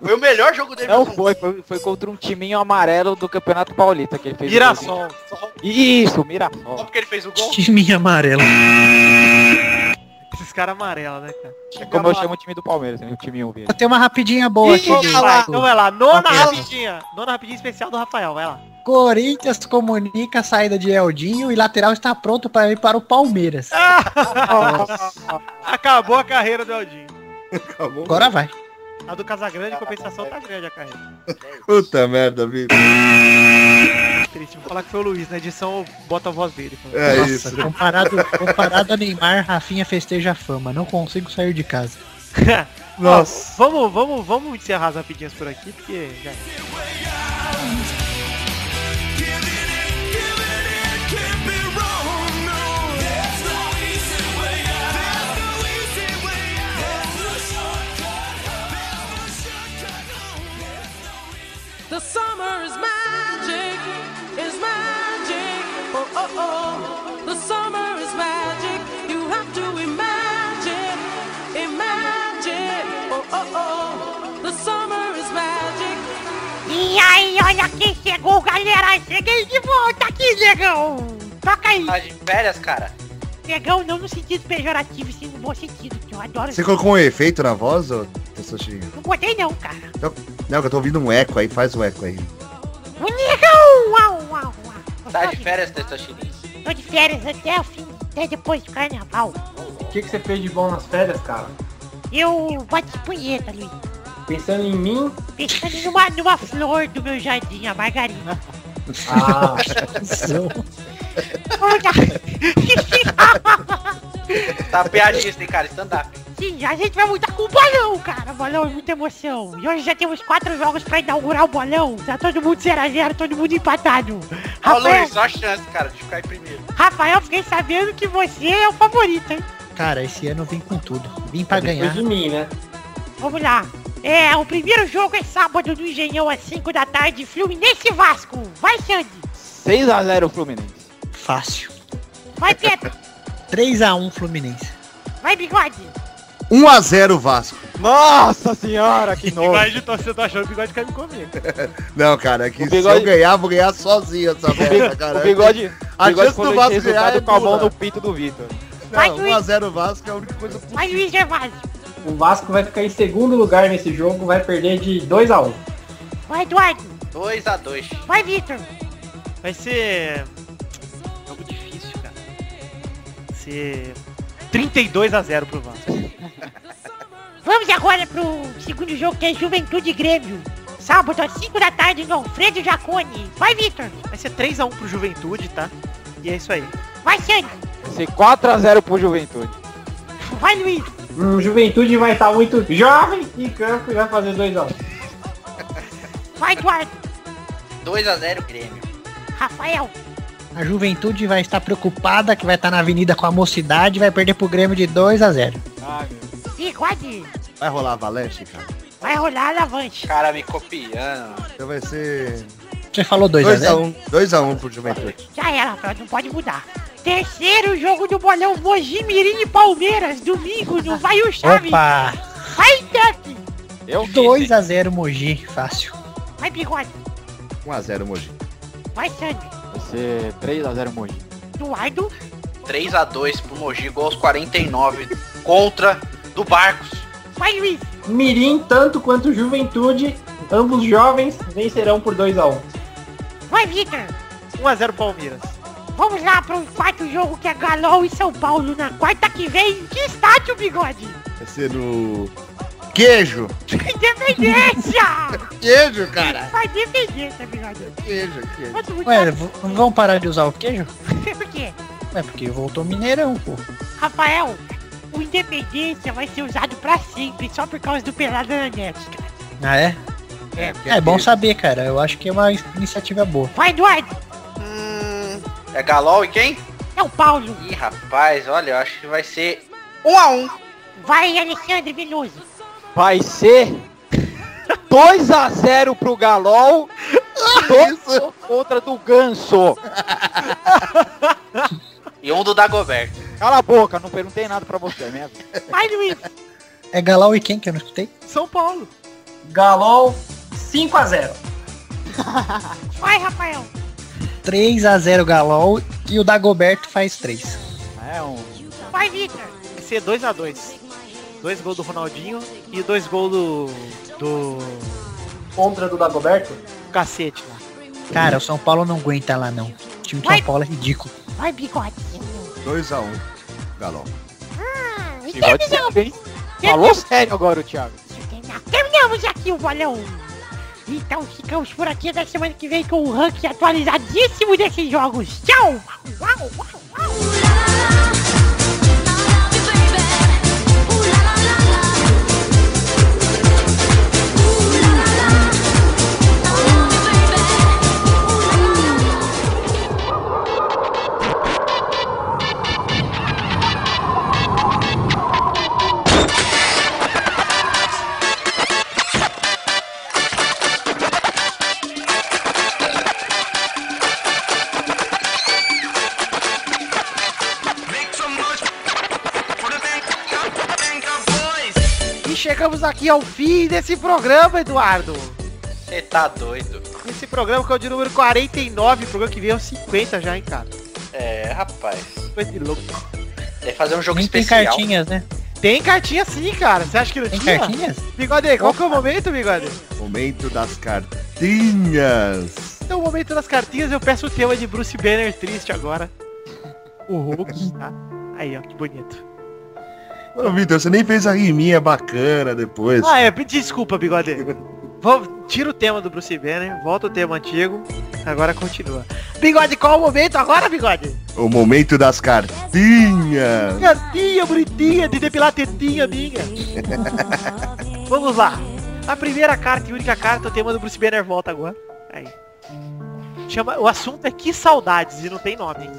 Speaker 4: Foi o melhor jogo dele
Speaker 9: Não
Speaker 4: no São
Speaker 9: foi, foi, foi contra um timinho amarelo do Campeonato Paulista que ele fez. o
Speaker 8: Mirassol.
Speaker 9: gol. Isso,
Speaker 4: Paulo. Só
Speaker 9: Mirassol.
Speaker 4: porque ele fez o gol.
Speaker 7: Time amarelo.
Speaker 8: Esses caras amarelos, né, cara?
Speaker 9: É como eu chamo o time do Palmeiras, né? o time 1
Speaker 7: Tem uma rapidinha boa aqui.
Speaker 8: Vamos
Speaker 7: gente.
Speaker 8: lá, então vai lá. Nona
Speaker 7: Ok.
Speaker 8: rapidinha. Nona rapidinha especial do Rafael, vai lá.
Speaker 7: Corinthians comunica a saída de Eldinho e lateral está pronto para ir para o Palmeiras.
Speaker 8: Acabou a carreira do Eldinho.
Speaker 5: Acabou.
Speaker 7: Agora vai.
Speaker 8: A do Casagrande, em compensação, tá grande a carreta.
Speaker 5: Puta merda, vida.
Speaker 8: Triste, vou falar que foi o Luiz, na edição bota a voz dele.
Speaker 5: É
Speaker 7: Nossa,
Speaker 5: isso.
Speaker 7: Comparado, comparado a Neymar, Rafinha festeja a fama. Não consigo sair de casa.
Speaker 8: Nossa. vamos, vamos, vamos encerrar as rapidinhas por aqui, porque já.
Speaker 6: The summer is magic, is magic. Oh, oh, oh. The summer is magic. You have to imagine, imagine. Oh, oh, oh. The summer is magic.
Speaker 12: E aí, olha quem chegou, galera! Cheguei de volta aqui, negão! Toca aí!
Speaker 4: Tá de férias, cara?
Speaker 12: Negão, não no sentido pejorativo, sim no bom sentido, que eu adoro.
Speaker 5: Você colocou um efeito na voz, ô Tososhinho?
Speaker 12: Não botei não, cara.
Speaker 5: Não, que eu tô ouvindo um eco aí, faz o eco aí.
Speaker 12: O negão! Uau, uau, uau!
Speaker 4: Tá de férias, Testosterinho?
Speaker 12: Tô de férias até o fim, até depois do carnaval.
Speaker 3: O que, que você fez de bom nas férias, cara?
Speaker 12: Eu bato de punheta, Luiz.
Speaker 3: Pensando em mim?
Speaker 12: Pensando numa, numa flor do meu jardim, a margarida.
Speaker 3: Ah.
Speaker 4: Tá piadista, hein, cara? Stand-up.
Speaker 12: Sim, a gente vai mudar com o bolão, cara. O bolão é muita emoção. E hoje já temos quatro jogos pra inaugurar o bolão. Tá todo mundo 0x0, todo mundo empatado.
Speaker 4: Ô,
Speaker 12: Rafael,
Speaker 4: Luiz, só a chance, cara, de ficar em primeiro.
Speaker 12: Rafael, fiquei sabendo que você é o favorito, hein?
Speaker 7: Cara, esse ano eu vim com tudo. Vim pra
Speaker 3: Depois
Speaker 7: ganhar.
Speaker 3: de mim, né?
Speaker 12: Vamos lá. É, o primeiro jogo é sábado no Engenhão às 5 da tarde, Fluminense e Vasco. Vai, Sandy.
Speaker 9: 6x0 Fluminense.
Speaker 7: Fácil.
Speaker 12: Vai, Pepe.
Speaker 7: 3x1 Fluminense.
Speaker 12: Vai, Bigode.
Speaker 5: 1x0 Vasco.
Speaker 9: Nossa senhora, que nojo.
Speaker 8: Bigode de torcedor achando que o bigode quer me comer.
Speaker 5: Não, cara, é que se
Speaker 9: bigode-
Speaker 5: eu ganhar, vou ganhar sozinho essa merda, cara.
Speaker 9: O bigode,
Speaker 5: A
Speaker 9: o bigode
Speaker 5: chance do Vasco
Speaker 9: esse
Speaker 5: ganhar
Speaker 9: resultado,
Speaker 5: é
Speaker 9: com a mão
Speaker 5: nula.
Speaker 9: no pinto do Vitor.
Speaker 12: Vai,
Speaker 5: Não,
Speaker 12: Luiz.
Speaker 5: 1x0 Vasco é a única coisa possível.
Speaker 12: Vai, Luiz Gervásio.
Speaker 3: O Vasco vai ficar em segundo lugar nesse jogo, vai perder de 2x1.
Speaker 12: Vai, Eduardo.
Speaker 4: 2x2.
Speaker 12: Vai, Vitor.
Speaker 8: Vai ser. Jogo difícil, cara. Vai ser. 32 a 0 pro Vasco.
Speaker 12: Vamos agora pro segundo jogo que é Juventude e Grêmio. Sábado às 5 da tarde no Alfredo Jacone. Vai, Vitor.
Speaker 8: Vai ser 3x1 pro Juventude, tá? E é isso aí.
Speaker 12: Vai, Sandy.
Speaker 9: Vai ser 4x0 pro Juventude.
Speaker 12: Vai, Luiz.
Speaker 3: Hum, Juventude vai estar muito jovem em campo e vai fazer 2x1.
Speaker 12: Vai, Eduardo.
Speaker 4: 2x0 Grêmio.
Speaker 12: Rafael.
Speaker 7: A juventude vai estar preocupada que vai estar na avenida com a mocidade vai perder pro Grêmio de 2x0.
Speaker 12: Bigode.
Speaker 5: Vai rolar a Valete, cara?
Speaker 12: Vai rolar a lavante.
Speaker 4: Cara me copiando.
Speaker 5: Então vai ser
Speaker 7: Você falou
Speaker 5: é
Speaker 7: 2x0?
Speaker 5: 2x1. 2x1 pro Juventude.
Speaker 12: Já era, Rafael. Não pode mudar. Terceiro jogo do bolão Mogi Mirim e Palmeiras. Domingo no Vai o
Speaker 7: um.
Speaker 12: Chaves.
Speaker 7: Opa!
Speaker 12: Vai, Duck.
Speaker 7: É
Speaker 4: Eu fiz, hein?
Speaker 7: 2x0 Mogi, fácil.
Speaker 12: Vai, Bigode.
Speaker 5: 1x0 Mogi.
Speaker 12: Vai, Sandy.
Speaker 9: Vai ser 3x0 Mogi.
Speaker 12: Eduardo.
Speaker 4: 3x2 pro Mogi, igual aos 49 contra do Barcos.
Speaker 12: Vai, Luiz.
Speaker 3: Mirim, tanto quanto Juventude, ambos jovens vencerão por 2x1.
Speaker 12: Vai, Vitor.
Speaker 8: 1x0 Palmeiras.
Speaker 12: Vamos lá para o quarto jogo que é Galol e São Paulo na quarta que vem. Que estádio, bigode?
Speaker 5: Vai ser no... Queijo.
Speaker 12: Independência!
Speaker 5: Queijo, cara.
Speaker 12: Vai Independência, bigode.
Speaker 5: Queijo, queijo.
Speaker 12: Todo mundo
Speaker 7: Ué, v- não vão parar de usar o queijo?
Speaker 12: sabe por quê.
Speaker 7: É porque voltou Mineirão, pô.
Speaker 12: Rafael, o Independência vai ser usado pra sempre só por causa do Pelada na Net. cara.
Speaker 7: Ah, é?
Speaker 4: É,
Speaker 7: É bom saber, cara. Eu acho que é uma iniciativa boa.
Speaker 12: Vai, Eduardo.
Speaker 4: Hum, é Galol e quem?
Speaker 12: São Paulo.
Speaker 4: Ih, rapaz, olha, eu acho que vai ser 1x1.
Speaker 12: Vai, Alexandre Veloso.
Speaker 9: Vai ser 2x0 pro Galol. Dois contra do Ganso.
Speaker 4: E um do Dagoberto.
Speaker 9: Cala a boca, não perguntei nada pra você, é mesmo.
Speaker 12: Vai, Luiz.
Speaker 7: É Galau e quem que eu não escutei?
Speaker 8: São Paulo.
Speaker 3: Galol, 5x0.
Speaker 12: Vai, Rafael.
Speaker 7: 3x0 Galol e o Dagoberto faz 3.
Speaker 9: É um
Speaker 12: Vai, Vitor.
Speaker 8: Vai ser 2x2. Dois gols do Ronaldinho e dois gols do. do.
Speaker 3: Contra do Dagoberto?
Speaker 8: cacete lá.
Speaker 7: Cara, o São Paulo não aguenta lá não. O time de
Speaker 12: Vai.
Speaker 7: São Paulo é ridículo.
Speaker 12: Vai, bigode.
Speaker 5: 2x1. Galol.
Speaker 12: Hum,
Speaker 9: bigode
Speaker 12: terminou.
Speaker 9: sério, hein? Falou sério agora o Thiago.
Speaker 12: Terminou. Terminou. terminamos aqui o bolão. Então ficamos por aqui da semana que vem com o ranking atualizadíssimo desses jogos. Tchau! Uau, uau.
Speaker 8: E chegamos aqui ao fim desse programa, Eduardo.
Speaker 4: Você tá doido.
Speaker 8: Esse programa que é o de número 49, programa que veio aos 50 já, hein, cara.
Speaker 4: É, rapaz.
Speaker 8: Foi de louco.
Speaker 4: Deve fazer um jogo
Speaker 8: Nem tem
Speaker 4: especial.
Speaker 8: cartinhas, né? Tem cartinha sim, cara. Você acha que não tem tinha?
Speaker 7: cartinhas?
Speaker 8: Bigode, qual que é o momento, Bigode?
Speaker 5: Momento das cartinhas.
Speaker 8: Então, o momento das cartinhas, eu peço o tema de Bruce Banner triste agora. O Hulk, tá? Aí, ó, que bonito.
Speaker 5: Ô, Vitor, você nem fez a riminha bacana depois.
Speaker 8: Ah, é, desculpa, Bigode. Vou, tira o tema do Bruce Banner, volta o tema antigo, agora continua. Bigode, qual o momento agora, Bigode?
Speaker 5: O momento das cartinhas.
Speaker 8: Gatinha bonitinha, de depilar tetinha minha. Vamos lá. A primeira carta e única carta, o tema do Bruce Banner volta agora. Aí. Chama, o assunto é que saudades, e não tem nome.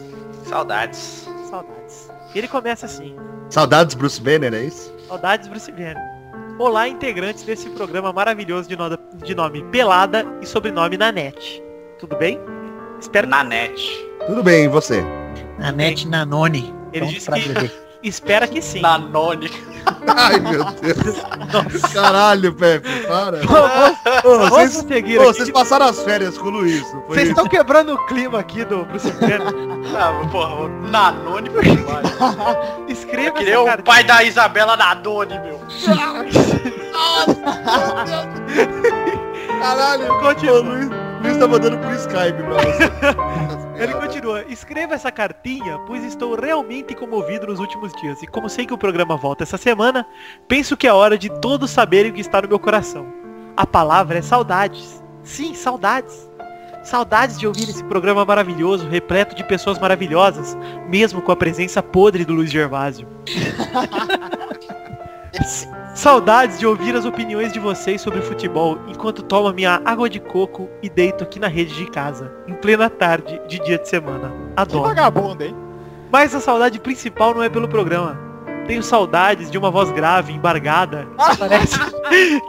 Speaker 4: Saudades.
Speaker 8: Saudades. E ele começa assim.
Speaker 5: Saudades Bruce Banner, é isso?
Speaker 8: Saudades Bruce Banner. Olá, integrantes desse programa maravilhoso de, noda- de nome Pelada e sobrenome Nanete. Tudo bem? Espero
Speaker 4: Nanete.
Speaker 5: Tudo bem, e você?
Speaker 7: Nanete Nanone.
Speaker 8: Ele
Speaker 7: Pronto
Speaker 8: disse
Speaker 7: pra
Speaker 8: que-
Speaker 7: beber.
Speaker 8: Espera que sim.
Speaker 4: Nanone.
Speaker 5: Ai, meu Deus. Caralho, Pepe, para.
Speaker 8: Ô,
Speaker 5: Ô,
Speaker 8: vamos
Speaker 5: vocês,
Speaker 8: seguir
Speaker 5: ô,
Speaker 8: aqui.
Speaker 5: vocês passaram as férias com o Luiz. não foi
Speaker 8: Vocês
Speaker 5: isso?
Speaker 8: estão quebrando o clima aqui do Bruce Banner.
Speaker 4: Ah, mas, porra, o Nanone foi demais.
Speaker 8: Escreva
Speaker 4: Eu queria o pai da Isabela Nanone, meu.
Speaker 5: Caralho,
Speaker 8: continua.
Speaker 5: O Luiz, Luiz tá mandando por Skype pra você.
Speaker 8: Ele continua. Escreva essa cartinha, pois estou realmente comovido nos últimos dias. E como sei que o programa volta essa semana, penso que é hora de todos saberem o que está no meu coração. A palavra é saudades. Sim, saudades. Saudades de ouvir esse programa maravilhoso, repleto de pessoas maravilhosas, mesmo com a presença podre do Luiz Gervásio. Saudades de ouvir as opiniões de vocês sobre futebol enquanto tomo minha água de coco e deito aqui na rede de casa, em plena tarde de dia de semana.
Speaker 9: Que
Speaker 8: Adoro.
Speaker 9: vagabundo, hein?
Speaker 8: Mas a saudade principal não é pelo programa. Tenho saudades de uma voz grave, embargada, que parece,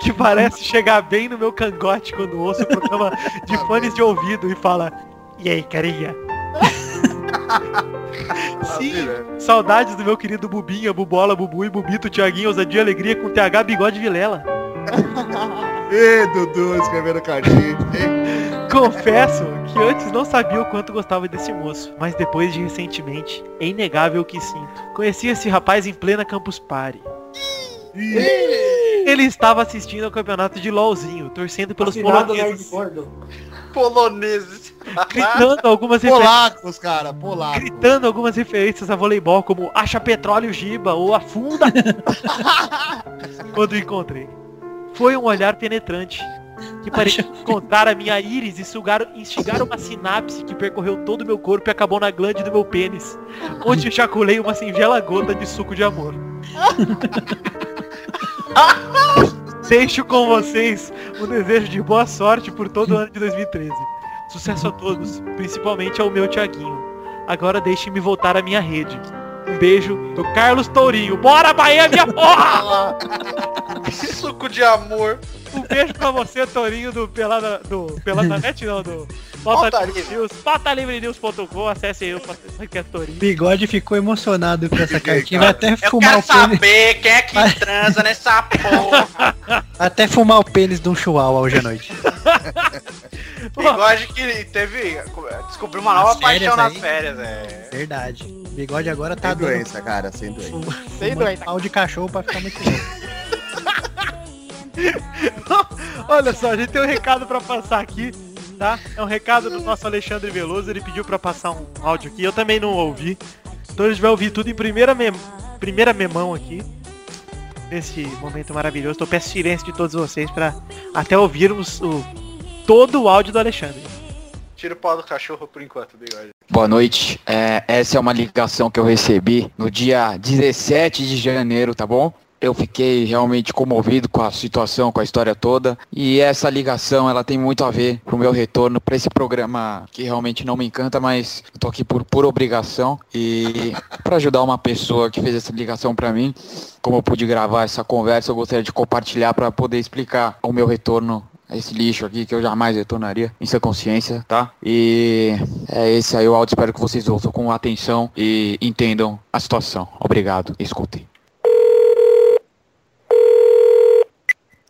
Speaker 8: que parece chegar bem no meu cangote quando ouço o programa de fones de ouvido e fala E aí, carinha? Sim, saudades do meu querido Bubinha, Bubola, Bubu e Bubito, Tiaguinho, Ousadia e Alegria com TH Bigode Vilela.
Speaker 5: Ê, Dudu, escrevendo cartinha.
Speaker 8: Confesso que antes não sabia o quanto gostava desse moço, mas depois de recentemente, é inegável que sinto. Conheci esse rapaz em plena Campus Party. Ele estava assistindo ao campeonato de LOLzinho, torcendo pelos
Speaker 3: Assinado
Speaker 8: poloneses,
Speaker 3: Nerd Gordo.
Speaker 4: Poloneses.
Speaker 8: gritando algumas
Speaker 5: Polacos, cara, polacos.
Speaker 8: gritando algumas referências a voleibol, como acha petróleo giba ou afunda quando o encontrei. Foi um olhar penetrante que parecia encontrar a minha íris e sugar, instigar uma sinapse que percorreu todo o meu corpo e acabou na glande do meu pênis, onde ejaculei uma singela gota de suco de amor. Deixo com vocês o desejo de boa sorte por todo o ano de 2013. Sucesso a todos, principalmente ao meu Tiaguinho. Agora deixe-me voltar à minha rede. Um beijo do Carlos Tourinho. Bora, Bahia, minha porra!
Speaker 4: Suco de amor.
Speaker 8: Um beijo pra você, Tourinho, do Pelada... Do Pelada Net, não, do... Pauta
Speaker 4: Pauta
Speaker 8: Livre
Speaker 4: Livre.
Speaker 8: News. pautalivrenews.com, acesse aí o podcast é Tourinho.
Speaker 7: Bigode ficou emocionado com essa cartinha. Vai até
Speaker 4: Eu
Speaker 7: fumar
Speaker 4: quero
Speaker 7: É o pênis.
Speaker 4: saber quem é que transa nessa porra.
Speaker 7: vai Até fumar o pênis de um chihuahua hoje à noite.
Speaker 4: Bigode que teve. Descobriu uma nova
Speaker 7: Nas férias
Speaker 4: paixão nas
Speaker 7: aí?
Speaker 4: férias, é.
Speaker 7: Verdade. Bigode agora tá
Speaker 5: Sem
Speaker 7: dando
Speaker 5: doença, cara, sem doença.
Speaker 7: Sem pau de cachorro pra ficar muito louco.
Speaker 8: Olha só, a gente tem um recado pra passar aqui, tá? É um recado do nosso Alexandre Veloso, ele pediu pra passar um áudio aqui, eu também não ouvi. Então a gente vai ouvir tudo em primeira, mem primeira memão aqui. nesse momento maravilhoso. Então peço silêncio de todos vocês pra até ouvirmos o, todo o áudio do Alexandre.
Speaker 4: Tira o pau do cachorro por enquanto, bigode.
Speaker 9: Boa noite. É, essa é uma ligação que eu recebi no dia 17 de janeiro, tá bom? Eu fiquei realmente comovido com a situação, com a história toda. E essa ligação, ela tem muito a ver com o meu retorno para esse programa que realmente não me encanta, mas eu tô aqui por, por obrigação e para ajudar uma pessoa que fez essa ligação para mim. Como eu pude gravar essa conversa, eu gostaria de compartilhar para poder explicar o meu retorno a esse lixo aqui que eu jamais retornaria em sua consciência, tá? E é esse aí o áudio, espero que vocês ouçam com atenção e entendam a situação. Obrigado, escutem.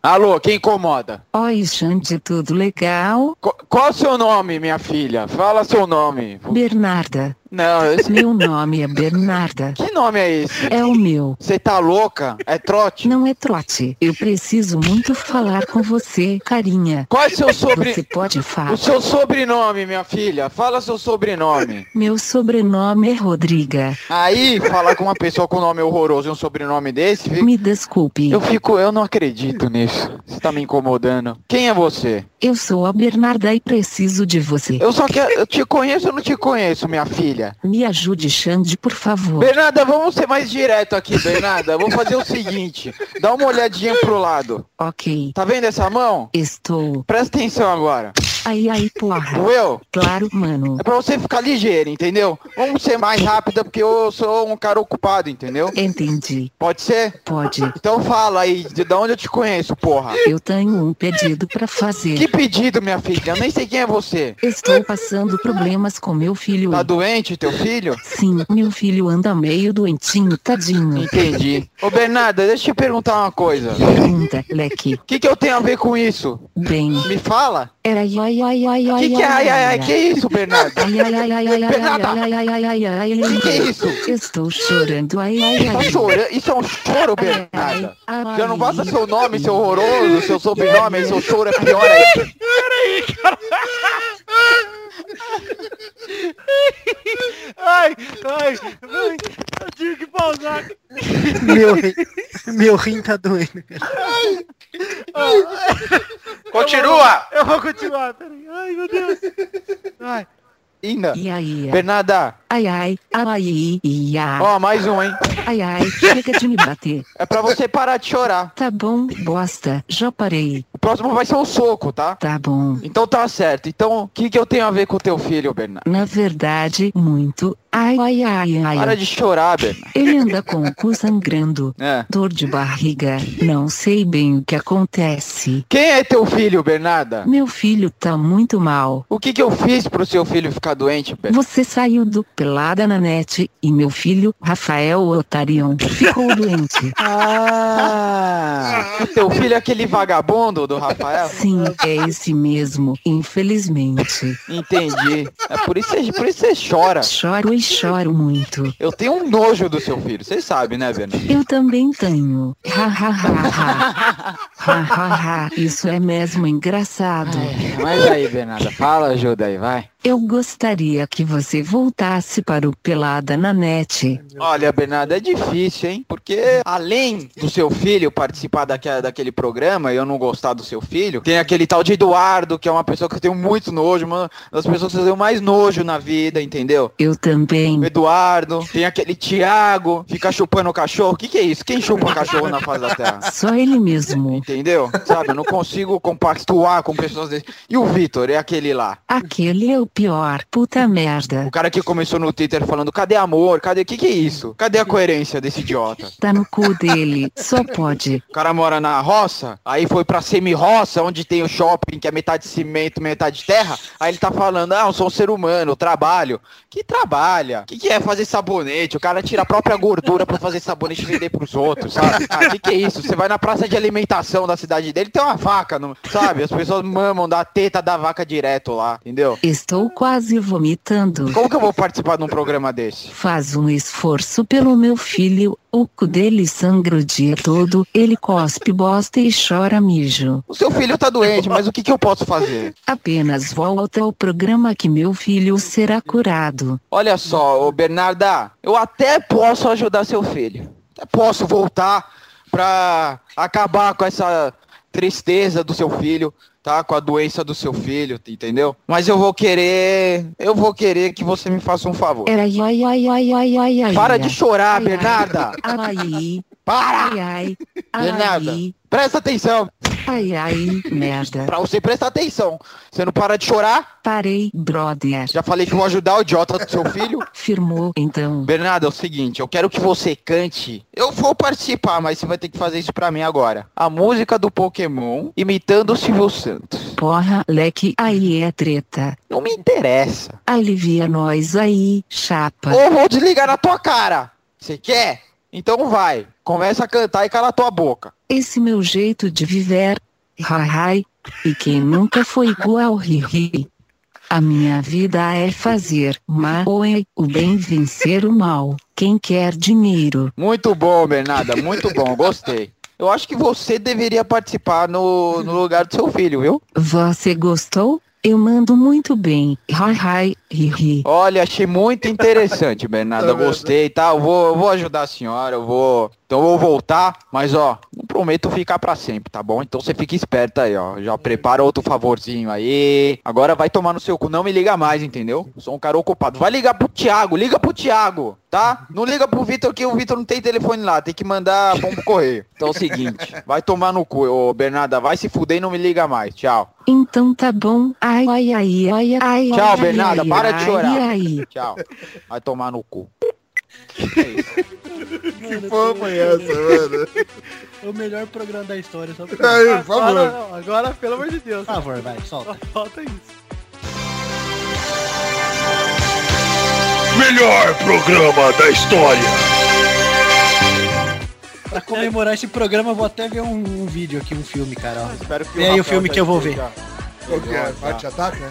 Speaker 9: Alô, quem incomoda?
Speaker 13: Oi, Xande, tudo legal?
Speaker 9: Qu- Qual o seu nome, minha filha? Fala seu nome.
Speaker 13: Bernarda.
Speaker 9: Não, esse...
Speaker 13: Meu nome é Bernarda.
Speaker 9: Que nome é esse?
Speaker 13: É o meu.
Speaker 9: Você tá louca? É trote?
Speaker 13: Não é trote. Eu preciso muito falar com você, carinha.
Speaker 9: Qual é seu sobre-
Speaker 13: Você pode falar.
Speaker 9: O seu sobrenome, minha filha. Fala seu sobrenome.
Speaker 13: Meu sobrenome é Rodriga.
Speaker 9: Aí, falar com uma pessoa com nome horroroso e um sobrenome desse, fica-
Speaker 13: Me desculpe.
Speaker 9: eu fico, eu não acredito nisso. Você tá me incomodando. Quem é você?
Speaker 13: Eu sou a Bernarda e preciso de você.
Speaker 9: Eu só quero, eu te conheço ou não te conheço, minha filha?
Speaker 13: Me ajude, Xande, por favor.
Speaker 9: Bernarda, vamos ser mais direto aqui, Bernarda. Vamos fazer o seguinte, dá uma olhadinha pro lado.
Speaker 13: Ok.
Speaker 9: Tá vendo essa mão?
Speaker 13: Estou.
Speaker 9: Presta atenção agora.
Speaker 13: Ai, ai, porra.
Speaker 9: Doeu?
Speaker 13: Claro, mano.
Speaker 9: É pra você ficar ligeiro, entendeu? Vamos ser mais rápida porque eu sou um cara ocupado, entendeu?
Speaker 13: Entendi.
Speaker 9: Pode ser?
Speaker 13: Pode.
Speaker 9: Então fala aí, de de onde eu te conheço, porra.
Speaker 13: Eu tenho um pedido pra fazer.
Speaker 9: Que pedido, minha filha? Eu nem sei quem é você.
Speaker 13: Estou passando problemas com meu filho.
Speaker 9: Tá doente teu filho?
Speaker 13: Sim, meu filho anda meio doentinho, tadinho.
Speaker 9: Entendi. Ô Bernarda, deixa eu te perguntar uma coisa.
Speaker 13: Pergunta, leque.
Speaker 9: O que, que eu tenho a ver com isso?
Speaker 13: Bem,
Speaker 9: Me fala.
Speaker 13: era ai ai ai ai
Speaker 9: O
Speaker 13: ai.
Speaker 9: que, que é ai ai ai? Que isso, Bernarda?
Speaker 13: Ai ai ai ai ai ai
Speaker 9: Bernarda!
Speaker 13: ai ai ai ai ai ai.
Speaker 9: Que que é isso?
Speaker 13: Estou chorando, ai ai
Speaker 9: Tá
Speaker 13: ai.
Speaker 9: chorando? Isso é um choro, Bernarda.
Speaker 13: Ai.
Speaker 9: Já não basta seu nome, seu horroroso, seu sobrenome, aí seu choro é pior aí.
Speaker 8: Ai, ai, ai, eu tive que pausar.
Speaker 7: Meu, rim- meu rim tá doendo, cara.
Speaker 4: Continua!
Speaker 8: Eu vou continuar, peraí. Ai, meu Deus. Ai.
Speaker 9: Ina.
Speaker 13: E aí?
Speaker 9: Bernarda,
Speaker 13: Ai ai ai ai ai. ai.
Speaker 9: ó, mais um, hein?
Speaker 13: Ai ai, chega de me bater.
Speaker 9: É pra você parar de chorar.
Speaker 13: Tá bom, bosta, já parei.
Speaker 9: O próximo vai ser um soco, tá?
Speaker 13: Tá bom.
Speaker 9: Então tá certo. Então, o que, que eu tenho a ver com o teu filho, Bernardo?
Speaker 13: Na verdade, muito. Ai ai ai ai.
Speaker 9: Para de chorar, Bernardo.
Speaker 13: Ele anda com o cu sangrando.
Speaker 9: É.
Speaker 13: Dor de barriga, não sei bem o que acontece.
Speaker 9: Quem é teu filho, Bernarda?
Speaker 13: Meu filho tá muito mal.
Speaker 9: O que, que eu fiz pro seu filho ficar doente, Bernarda?
Speaker 13: Você saiu do Pelada na Net e meu filho, Rafael Otarion, ficou doente.
Speaker 9: Ah! Teu filho é aquele vagabundo do Rafael?
Speaker 13: Sim, é esse mesmo, infelizmente.
Speaker 9: Entendi. É por isso, que- por isso que você chora.
Speaker 13: Choro e choro muito.
Speaker 9: Eu tenho um nojo do seu filho, você sabe, né, Bernardo?
Speaker 13: Eu também tenho. Ha ha ha ha. Ha ha ha. Isso é mesmo engraçado.
Speaker 9: É, Mas aí, Bernarda, fala, ajuda aí, vai.
Speaker 13: Eu gostaria que você voltasse para o Pelada na Net.
Speaker 9: Olha, Bernardo, é difícil, hein? Porque além do seu filho participar daque- daquele programa e eu não gostar do seu filho, tem aquele tal de Eduardo, que é uma pessoa que eu tenho muito nojo, uma das pessoas que eu tenho mais nojo na vida, entendeu?
Speaker 13: Eu também.
Speaker 9: O Eduardo, tem aquele Tiago, fica chupando o cachorro. O que, que é isso? Quem chupa cachorro na face da terra?
Speaker 13: Só ele mesmo.
Speaker 9: Entendeu? Sabe, eu não consigo compactuar com pessoas desse. E o Vitor, é aquele lá.
Speaker 13: Aquele é o pior. Puta merda.
Speaker 9: O cara que começou no Twitter falando, cadê amor? Cadê. O que, que é isso? Cadê a coerência desse idiota?
Speaker 13: Tá no cu dele. Só pode.
Speaker 9: O cara mora na roça, aí foi pra semi-roça, onde tem o shopping, que é metade cimento, metade terra. Aí ele tá falando, ah, eu sou um ser humano, eu trabalho. Que trabalha? O que, que é fazer sabonete? O cara tira a própria gordura pra fazer sabonete e vender pros outros, sabe? Ah, que que é isso? Você vai na praça de alimentação da cidade dele, tem uma vaca, não, sabe? As pessoas mamam da teta da vaca direto lá, entendeu?
Speaker 13: Estou quase vomitando.
Speaker 9: Como que eu vou participar de um programa desse?
Speaker 13: Faz um esforço pelo meu filho. O cu dele sangra o dia todo. Ele cospe bosta e chora mijo.
Speaker 9: O seu filho tá doente, mas o que, que eu posso fazer?
Speaker 13: Apenas volta ao programa que meu filho será curado.
Speaker 9: Olha só, ô Bernarda, eu até posso ajudar seu filho. Até posso voltar pra acabar com essa tristeza do seu filho, tá? Com a doença do seu filho, entendeu? Mas eu vou querer, eu vou querer que você me faça um favor.
Speaker 13: Era ai, ai, ai, ai, ai, ai, ai.
Speaker 9: Para
Speaker 13: ai,
Speaker 9: de chorar, Bernarda.
Speaker 13: Ai, ai.
Speaker 9: Para!
Speaker 13: Ai, ai.
Speaker 9: Bernarda,
Speaker 13: Ai,
Speaker 9: presta atenção.
Speaker 13: ai, ai, merda.
Speaker 9: Pra você prestar atenção. Você não para de chorar?
Speaker 13: Parei, brother.
Speaker 9: Já falei que vou ajudar o idiota do seu filho.
Speaker 13: Firmou, então.
Speaker 9: Bernardo, é o seguinte, eu quero que você cante. Eu vou participar, mas você vai ter que fazer isso pra mim agora. A música do Pokémon imitando o Silvio Santos.
Speaker 13: Porra, leque, aí é treta.
Speaker 9: Não me interessa.
Speaker 13: Alivia nós aí, chapa.
Speaker 9: Ou vou desligar na tua cara. Você quer? Então vai. Começa a cantar e cala tua boca.
Speaker 13: Esse meu jeito de viver. Harai. E quem nunca foi igual ri A minha vida é fazer mal e o bem vencer o mal. Quem quer dinheiro?
Speaker 9: Muito bom, Bernarda. Muito bom. Gostei. Eu acho que você deveria participar no, no lugar do seu filho, viu?
Speaker 13: Você gostou? Eu mando muito bem. Harai, ri
Speaker 9: Olha, achei muito interessante, Bernardo. Gostei, tá? Eu vou, eu vou ajudar a senhora, eu vou. Então eu vou voltar, mas ó, não prometo ficar pra sempre, tá bom? Então você fica esperto aí, ó. Já prepara outro favorzinho aí. Agora vai tomar no seu cu, não me liga mais, entendeu? Sou um cara ocupado. Vai ligar pro Thiago, liga pro Thiago, tá? Não liga pro Vitor que o Vitor não tem telefone lá, tem que mandar bom pro correio. Então é o seguinte, vai tomar no cu, ô Bernarda, vai se fuder e não me liga mais. Tchau.
Speaker 13: Então tá bom. Ai, ai, ai, ai, ai.
Speaker 9: Tchau,
Speaker 13: ai,
Speaker 9: Bernarda,
Speaker 13: ai,
Speaker 9: para de
Speaker 13: ai,
Speaker 9: chorar.
Speaker 13: ai.
Speaker 9: Tchau. Vai tomar no cu.
Speaker 5: Que fama é essa, mano?
Speaker 7: O melhor programa da história, só
Speaker 5: Aí, por favor.
Speaker 8: Agora, não, agora, pelo amor de Deus.
Speaker 7: Por favor, vai, solta.
Speaker 8: Falta isso.
Speaker 10: Melhor programa da história.
Speaker 7: Pra comemorar esse programa, eu vou até ver um, um vídeo aqui, um filme, cara. ó.
Speaker 9: Espero que
Speaker 7: Vem aí o filme que eu vou ver.
Speaker 5: Qual que é? Bate ataca?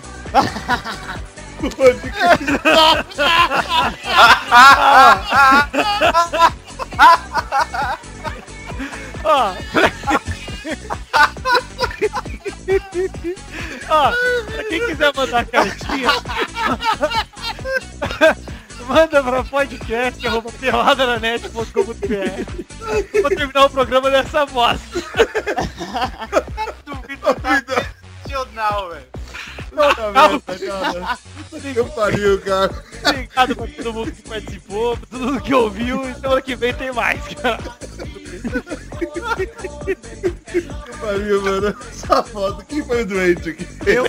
Speaker 8: Ó. Ó, pra quem quiser mandar cartinha, manda pra podcast, arroba peladananet.com.br. Vou terminar o programa dessa bosta.
Speaker 4: Sensacional, velho.
Speaker 5: Eu pariu, cara.
Speaker 8: Obrigado tá pra todo mundo que participou, pra todo mundo que ouviu. E semana que vem tem mais, cara.
Speaker 5: Eu pariu, mano. Safado. Quem foi o doente aqui?
Speaker 8: Eu.